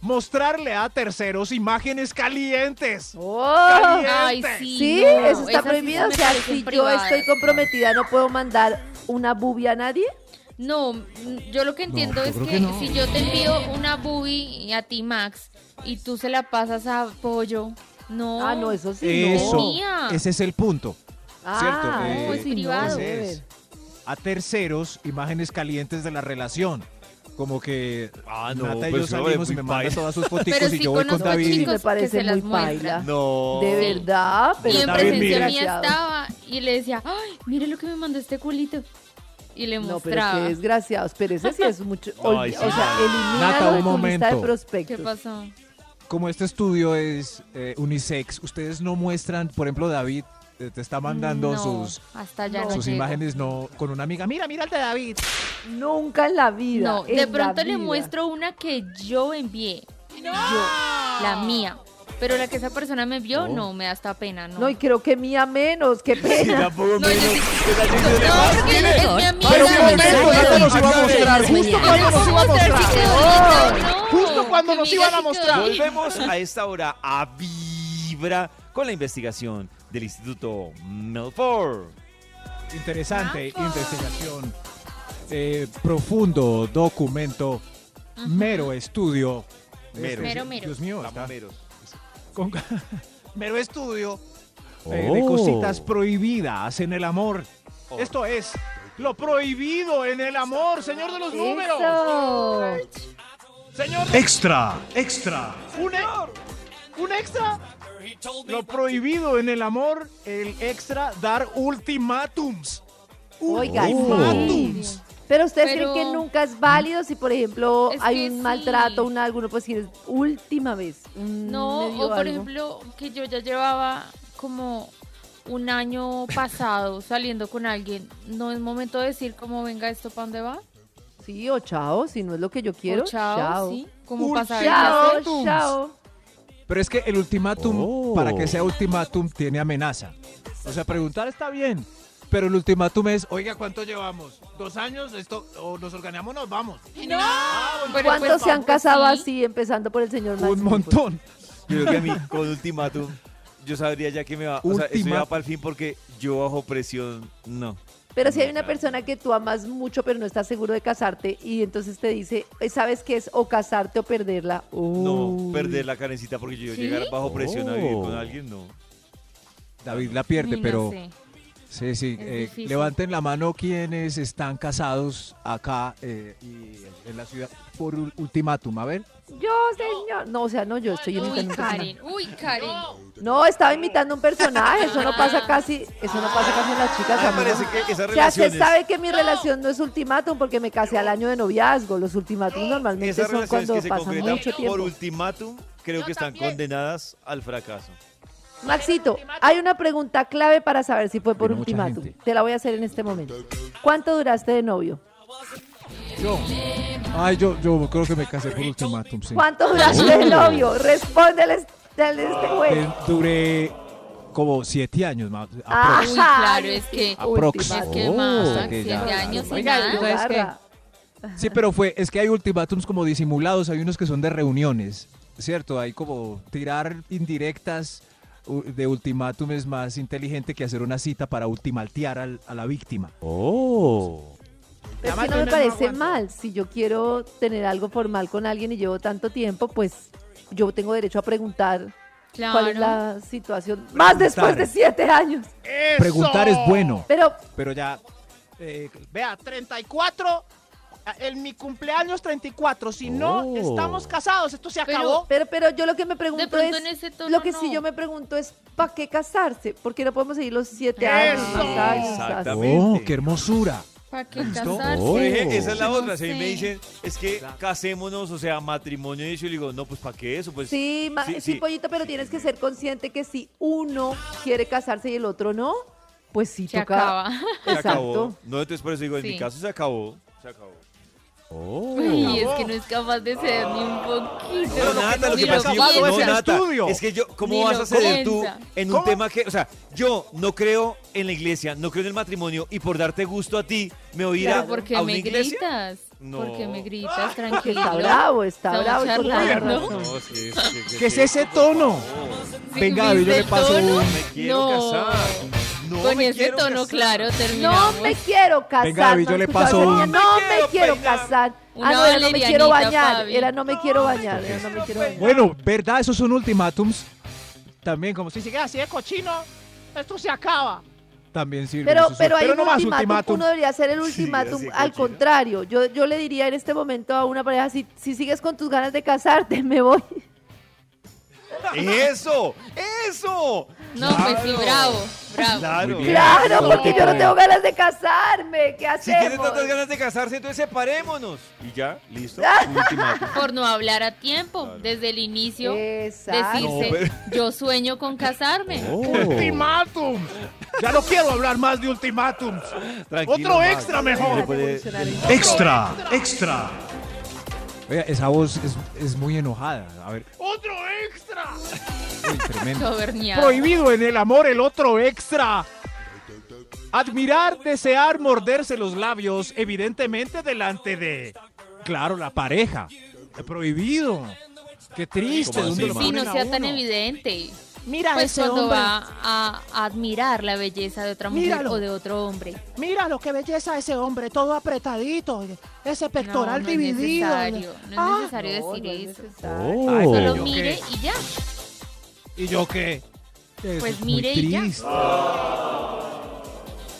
S8: mostrarle a terceros imágenes calientes.
S4: ¡Oh!
S3: Ay, sí.
S4: Sí,
S3: no,
S4: eso está
S3: esas sí
S4: prohibido.
S3: me
S4: O sea,
S3: parecen
S4: si yo
S3: privadas.
S4: estoy comprometida, no puedo mandar una bubi a nadie.
S3: No, mm, yo lo que entiendo
S2: yo
S3: es
S2: creo
S3: que,
S2: que no.
S3: si yo te envío una boobie a ti, Max, y tú se la pasas a Pollo, no.
S4: Ah, no, eso sí. no.
S3: es
S2: Eso,
S3: mía.
S2: ese es el punto.
S4: Ah,
S2: Cierto, eh,
S4: eso sí, no,
S3: pues privado.
S4: brother.
S2: Ese es. A terceros, imágenes calientes de la relación. Como que
S1: Ah, no,
S2: Nata y
S1: pues,
S2: yo
S1: no,
S2: salimos y
S1: muy
S2: me manda
S1: paila.
S2: todas sus
S3: Pero
S2: fotos
S3: sí
S2: y yo voy con
S3: conozco
S2: David. y-
S4: Sí,
S3: chicos
S4: me
S3: que
S4: parece
S3: se las
S4: muy
S3: muestran.
S4: paila.
S2: oh.
S1: No.
S4: De
S3: Sí.
S4: verdad, pero
S3: y en
S1: David,
S3: presencia
S1: mira.
S3: mía
S4: desgraciado.
S3: estaba y le decía, ay, mire lo que me mandó este culito. Y le
S4: No, pero
S3: mostraba.
S4: qué desgraciados. Pero ese sí es mucho.
S1: No,
S4: Olvi-
S1: ahí sí.
S4: o sea,
S2: Nata,
S4: elimínalo de
S2: un
S4: tu lista de
S2: momento.
S3: ¿Qué
S4: prospectos.
S3: pasó?
S2: Como este estudio es eh, unisex, ustedes no muestran, por ejemplo, David eh, te está mandando
S3: No,
S2: sus,
S3: hasta allá no
S2: sus
S3: llego.
S2: imágenes no con una amiga. Mira, mira el de David.
S4: Nunca en la vida.
S3: No,
S4: en
S3: de
S4: la
S3: pronto le
S4: vida.
S3: muestro una que yo envié. Yo, la mía. Pero la que esa persona me envió, no, me da hasta pena, no.
S4: No, y creo que mía menos. Qué pena.
S1: Tampoco
S3: No,
S1: me-
S3: yo sí-
S1: ¿Qué tal si se le va?
S3: No, porque es mi amiga.
S5: Pero
S3: no
S5: un
S3: me
S5: momento,
S3: puede.
S5: Nata nos
S8: iba a mostrar,
S5: Las
S8: justo
S5: mañanas.
S8: cuando nos iba a
S3: Mostrar si quedó bonita o no.
S8: Justo cuando
S3: Que
S8: nos
S3: me diga
S8: iban a
S3: si quedó
S8: mostrar.
S3: bonita.
S1: Volvemos a esta hora a Vibra con la investigación del Instituto Melford.
S2: Interesante investigación. eh, profundo documento. Mero estudio. Este,
S1: Mero.
S3: Mero, mero.
S2: Dios mío, está con-
S8: Mero estudio.
S2: eh,
S4: Oh.
S10: Oh.
S2: de cositas prohibidas en el amor. Esto es lo prohibido en el amor, señor de los números.
S4: Eso.
S10: Extra, extra.
S8: Un, e- un extra. Lo prohibido en el amor, el extra, dar ultimátums.
S4: Oiga, sí.
S2: Uh.
S8: Ultimátums.
S4: Pero ustedes
S3: Pero-
S4: creen que nunca es válido si, por ejemplo,
S3: Es que
S4: hay un
S3: sí.
S4: maltrato, un algo, uno puede decir, es última vez. un-
S3: No,
S4: Mm, me dio
S3: o por
S4: algo.
S3: ejemplo, que yo ya llevaba como un año pasado saliendo con alguien. No es momento de decir cómo venga esto para dónde va.
S4: Sí, o chao, si no es lo que yo
S3: O
S4: quiero.
S3: chao,
S4: chao.
S3: sí. Como
S8: Un
S3: para saber qué
S4: Chao,
S3: hacer.
S4: chao.
S2: Pero es que el ultimátum,
S1: Oh.
S2: para que sea ultimátum, tiene amenaza. O sea, preguntar está bien, pero el ultimátum es,
S8: Oiga, ¿cuánto llevamos? ¿Dos años? Esto, ¿O nos organizamos? Nos vamos.
S3: Pero
S4: Ah, ¿Cuántos
S3: pues,
S4: se han casado
S3: sí.
S4: así, empezando por el señor pues?
S2: un
S4: Maximoff?
S2: montón.
S1: Creo que a mí, con ultimátum, yo sabría ya que me va. O sea, eso ya
S2: Ultimátum.
S1: va para el fin porque yo bajo presión, no.
S4: Pero si hay una persona que tú amas mucho, pero no estás seguro de casarte, y entonces te dice, eh, ¿sabes qué es? O casarte o perderla.
S1: No,
S4: Uy.
S1: perder la carencita porque yo
S3: ¿Sí?
S1: llegar bajo presión a vivir
S2: Oh.
S1: con alguien, no.
S2: David la pierde,
S3: Ay, no
S2: pero
S3: sé.
S2: sí, sí.
S3: Es
S2: eh,
S3: difícil.
S2: levanten la mano quienes están casados acá eh, y en la ciudad por ul- ultimátum. A ver,
S4: Yo, señor. No, o sea, no, yo estoy imitando
S3: Uy,
S4: un personaje.
S3: Karen. Uy, Karen.
S4: No, estaba imitando un personaje. Eso no pasa casi. Eso no pasa casi en las chicas.
S1: Me
S4: a mí no.
S1: Ah, parece que esas
S4: O sea, se
S1: relaciones,
S4: sabe que mi relación no es ultimátum porque me casé al año de noviazgo. Los ultimátum normalmente
S1: esas
S4: son
S1: relaciones
S4: cuando
S1: que se
S4: pasa
S1: concretan
S4: mucho
S1: por
S4: tiempo.
S1: ultimátum, creo que están condenadas al fracaso.
S4: Maxito, hay una pregunta clave para saber si fue por
S2: Viene mucha
S4: ultimátum.
S2: gente.
S4: Te la voy a hacer en este momento. ¿Cuánto duraste de novio?
S2: yo. Ay, yo, yo creo que me casé por ultimátum, sí.
S4: ¿Cuánto duraste de novio? Respóndele al de este güey.
S2: Eh, duré como siete años más.
S4: Ah.
S3: Uy, claro, es que.
S2: Aprox.
S3: Es
S4: Ultimátum.
S3: que
S2: Oh,
S3: más,
S2: que
S3: siete
S2: ya.
S3: años y
S4: Oiga,
S3: nada.
S2: ¿sabes qué?
S4: garra.
S2: Sí, pero fue, es que hay ultimátums como disimulados, hay unos que son de reuniones, ¿cierto? Hay como tirar indirectas u- de ultimátum es más inteligente que hacer una cita para ultimaltear al- a la víctima.
S4: Pero es que Pues no me parece mal. Si yo quiero tener algo formal con alguien y llevo tanto tiempo, pues yo tengo derecho a preguntar cuál
S3: Claro.
S4: es la situación. Más después de siete años.
S2: Preguntar es bueno,
S4: Pero
S2: pero ya... eh,
S7: Vea, 34. En mi cumpleaños 34. Si
S2: Oh.
S7: no, estamos casados. Esto se
S3: Pero-
S7: acabó.
S4: Pero, pero yo lo que me
S3: De
S4: pregunto
S3: pronto
S4: es,
S3: en ese tono.
S4: lo que
S3: no.
S4: sí yo me pregunto es, ¿para qué casarse? Porque no podemos seguir los siete años. más
S7: ¡Eso!
S4: algo, más algo.
S1: Exactamente.
S2: ¡Oh, qué hermosura!
S3: ¿Para qué casarse?
S1: Por ejemplo, esa es la
S3: No
S1: otra. Si a mí me
S3: sé.
S1: dicen, es que casémonos, o sea, matrimonio, y yo digo, no, pues ¿para qué eso? Pues
S4: Sí, ma-
S1: Sí,
S4: sí, pues,
S1: sí.
S4: pollito, pero tienes que ser consciente que si uno quiere casarse y el otro no, pues sí
S3: Se
S4: toca.
S3: acaba.
S1: se
S4: Exacto.
S1: acabó. No, entonces por eso digo, en
S3: Sí.
S1: mi caso se acabó. Se acabó.
S3: Uy, es que no es capaz de ser ni un poquito.
S1: Uh, No, Nata, lo
S3: ni
S1: que pasa es que
S3: piensa.
S1: yo, no,
S7: piensa.
S1: Nata,
S7: Estudio.
S1: es que yo, ¿cómo
S3: Ni
S1: vas
S3: lo
S1: a ceder tú
S3: piensa.
S1: en un
S7: ¿Cómo?
S1: tema que, o sea, yo no creo en la iglesia, no creo en el matrimonio y por darte gusto a ti me voy a ir
S3: Pero
S1: a,
S3: ¿por
S1: a
S3: qué
S1: una
S3: me
S1: iglesia?
S3: gritas?
S1: No.
S3: ¿Por qué me gritas?
S4: Que
S3: Tranquilo.
S4: está bravo, está
S3: Estamos
S4: bravo. y con toda la
S3: charlando.
S4: razón.
S1: No, sí, es que- que-
S11: ¿Qué es
S1: que-
S11: ese tono?
S3: Sí,
S2: Venga,
S3: ¿viste
S2: yo le
S3: el
S2: paso
S3: tono?
S2: un-
S1: Me quiero
S3: No.
S1: casar. No
S3: Con
S1: me
S3: ese
S1: quiero
S3: tono,
S1: casar.
S3: claro,
S4: No
S3: terminamos.
S4: me quiero casar.
S2: Venga, David,
S4: ¿no
S2: yo le
S4: han escuchado
S2: paso
S4: esa
S2: un-
S4: niña? No
S1: Me
S4: me
S1: quiero
S4: quiero
S1: peinar.
S4: casar.
S3: Una
S4: Ah, no, era no me quiero
S3: valerianita,
S4: bañar.
S3: Fabi.
S4: Era no me quiero bañar. Era no me quiero bañar.
S2: Bueno, ¿verdad? Esos son ultimátums. También, como
S7: Si
S2: si
S7: sigues así de cochino, esto se acaba.
S2: también sirve.
S4: Pero,
S2: esos-
S4: pero hay un
S2: no más
S4: ultimátum,
S2: ultimátum.
S4: uno debería hacer el
S1: Sí,
S4: ultimátum
S1: así,
S4: al
S1: cochino.
S4: contrario. Yo, yo le diría en este momento a una pareja, si, si sigues con tus ganas de casarte, me voy.
S1: ¡Eso! ¡Eso!
S3: No, pues sí, bravo, bravo.
S1: Claro.
S2: Muy bien.
S4: Claro,
S2: no,
S4: porque yo no
S2: no.
S4: tengo ganas de casarme. ¿Qué
S1: Si tienes
S4: hacemos?
S1: tantas ganas de casarse, entonces separémonos. Y ya, listo. Ultimátum.
S3: Por no hablar a tiempo, desde el inicio,
S4: Exacto.
S3: decirse, yo sueño con casarme.
S7: Ultimátum. Ya no quiero hablar más de ultimátum.
S1: Tranquilo,
S7: Otro
S1: Max.
S7: extra
S1: Siempre
S7: mejor.
S1: puede-
S8: Extra, extra.
S2: Oiga, esa voz es, es muy enojada. A ver,
S7: Otro extra.
S2: uy, tremendo.
S3: Soberniado.
S7: Prohibido en el amor el otro extra. Admirar, desear, morderse los labios, evidentemente delante de...
S2: Claro, la pareja. Prohibido. Qué triste.
S1: ¿Cómo
S2: ¿dónde
S1: así,
S2: lo
S3: Si
S2: ponen
S3: no
S2: a
S3: sea
S2: uno?
S3: tan evidente.
S7: Mira
S3: Pues cuando va a, a admirar la belleza de otra mujer
S7: Míralo.
S3: o de otro hombre.
S7: Mira lo que belleza ese hombre, todo apretadito, ese pectoral
S3: no, no
S7: dividido.
S3: Es necesario, no es
S7: Ah,
S3: necesario
S4: No, no
S3: decir
S4: es
S3: eso.
S4: necesario.
S2: Ay, pero
S3: Solo
S2: yo
S3: mire y ya.
S2: ¿Y yo qué? Eso
S3: Pues
S2: es muy
S3: mire y ya.
S2: triste.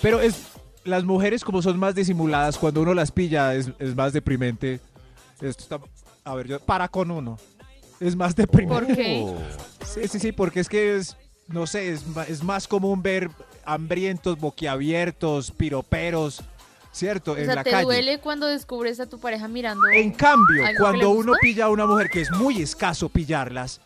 S2: Pero es las mujeres como son más disimuladas, cuando uno las pilla es, es más deprimente. Esto está, a ver, yo para con uno. Es más deprimente.
S3: ¿Por qué?
S2: Sí, sí, sí, porque es que es, no sé, es, ma- es más común ver hambrientos, boquiabiertos, piroperos, ¿cierto?
S3: O
S2: en
S3: sea,
S2: la
S3: te
S2: calle.
S3: duele cuando descubres a tu pareja mirando.
S2: En cambio,
S3: ¿Algo que le
S2: cuando
S3: gustó?
S2: uno pilla a una mujer que es muy escaso pillarlas,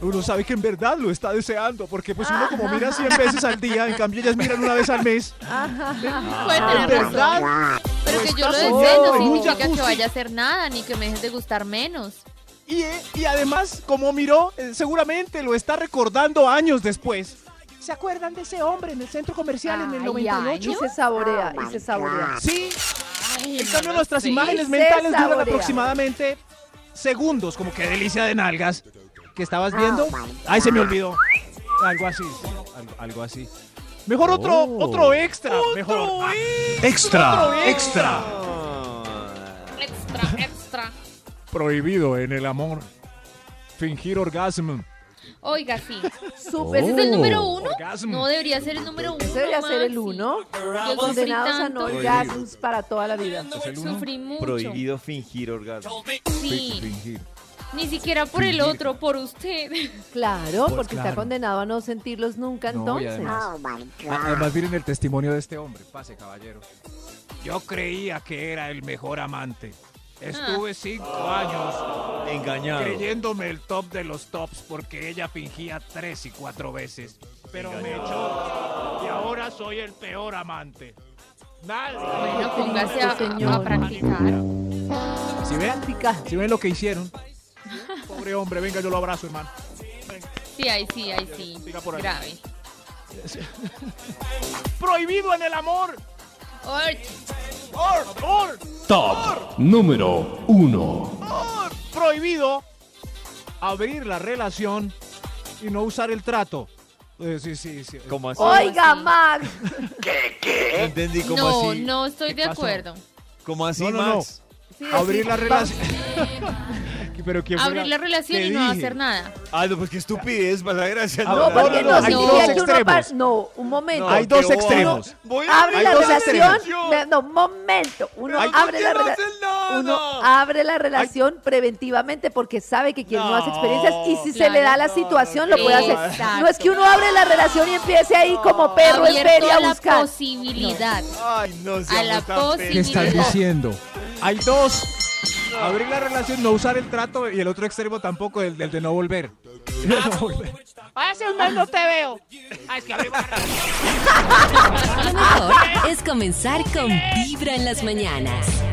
S2: uno sabe que en verdad lo está deseando, porque pues uno como mira
S3: Ah.
S2: 100 veces al día, en cambio ellas miran una vez al mes.
S3: Puede
S2: Ah,
S3: tener razón. Pero que yo lo deseo no
S2: en un
S3: significa que
S2: jacuzzi.
S3: vaya a hacer nada, ni que me dejes de gustar menos.
S2: Y, eh, y además, como miró, eh, seguramente lo está recordando años después.
S7: ¿Se acuerdan de ese hombre en el centro comercial en el
S4: Ay, ay,
S7: 98?
S4: y se saborea, y se saborea.
S2: Sí, en cambio
S3: no
S2: nuestras
S3: sé.
S2: imágenes
S4: Se
S2: mentales duran
S4: saborea.
S2: aproximadamente segundos, como que delicia de nalgas. ¿Qué estabas viendo? Ay, se me olvidó. Algo así, algo, algo así.
S7: Mejor otro, otro extra, mejor.
S2: Ah,
S8: Extra,
S7: Otro
S8: extra.
S3: Extra, extra.
S2: Prohibido en el amor. Fingir orgasmo.
S3: Oiga, sí.
S4: Súper.
S3: ¿Ese es el número uno?
S2: Uh, Orgasmo.
S3: No, debería ser el número uno.
S4: Ese debería ser el
S3: Maxi.
S4: uno.
S3: Yo sufrí
S4: Condenados a no
S3: tanto.
S4: orgasmos para toda la vida.
S3: Sufrí mucho.
S1: Prohibido fingir orgasmo.
S3: Sí. Ni siquiera por el otro, por usted.
S4: Claro,
S2: Pues
S4: porque está
S2: claro.
S4: condenado a no sentirlos nunca
S2: No, y
S4: entonces. Ah,
S2: además, a- Ah, además miren el testimonio de este hombre. Pase, caballero. Yo creía que era el mejor amante.
S3: Estuve
S2: cinco años
S1: Engañado.
S2: creyéndome el top de los tops porque ella fingía tres y cuatro veces.
S7: Pero me echó y ahora soy el peor amante. Nada.
S3: Bueno, póngase a,
S4: Este señor.
S3: a practicar.
S2: Si ven,
S4: Practica.
S2: si ven lo que hicieron. Pobre hombre, venga, yo lo abrazo, hermano.
S3: Sí, ahí sí, ahí sí. Grave.
S7: Prohibido en el amor.
S3: Orch.
S7: Or, or,
S8: Top número uno.
S7: or. Prohibido.
S2: Abrir la relación y no usar el trato. Eh, sí, sí, sí.
S1: ¿Cómo así?
S4: Oiga,
S3: así?
S4: Max.
S1: No entendí cómo
S3: No,
S1: así.
S3: no estoy de
S2: pasó?
S3: acuerdo.
S1: ¿Cómo así,
S2: No, no, no.
S1: Max?
S4: Sí,
S2: Abrir
S4: sí,
S2: la
S4: va-
S2: relación. Pero ¿quién fue
S3: Abrir la relación
S2: Te
S3: y no
S2: dije.
S3: hacer nada.
S1: Ah, no, pues qué estupidez, para la gracia.
S2: Ah,
S4: No,
S2: no, no,
S4: porque no,
S2: no, hay
S4: sí,
S2: dos
S4: hay uno
S2: extremos.
S4: par- No, un momento.
S2: hay dos extremos.
S1: Voy a
S4: abre
S2: Hay
S4: la
S2: dos
S4: relación.
S1: extremos.
S4: vea, No, momento. Uno
S1: Pero
S4: abre
S1: ¿por
S4: la
S1: qué no
S4: relación.
S1: hacen nada?
S4: Uno abre la relación preventivamente porque sabe que quien no, hace experiencias y si se le da la
S1: no,
S4: situación
S3: no,
S4: lo puede hacer.
S3: exacto.
S4: No es que uno abre la relación y empiece ahí como perro en
S3: Abierto
S4: feria
S3: a
S4: a
S3: la
S4: buscar.
S3: posibilidad.
S1: Ay, no
S3: A la
S1: seamos tan
S2: ¿Qué
S3: posi-
S1: feos.
S2: estás
S3: Mira.
S2: diciendo? Hay dos. Abrir la relación, no usar el trato y el otro extremo tampoco, el, el de no volver. No volver.
S7: Hace un mes no te veo. Ah, es que abrí barra.
S5: Lo mejor es comenzar con Vibra en las mañanas.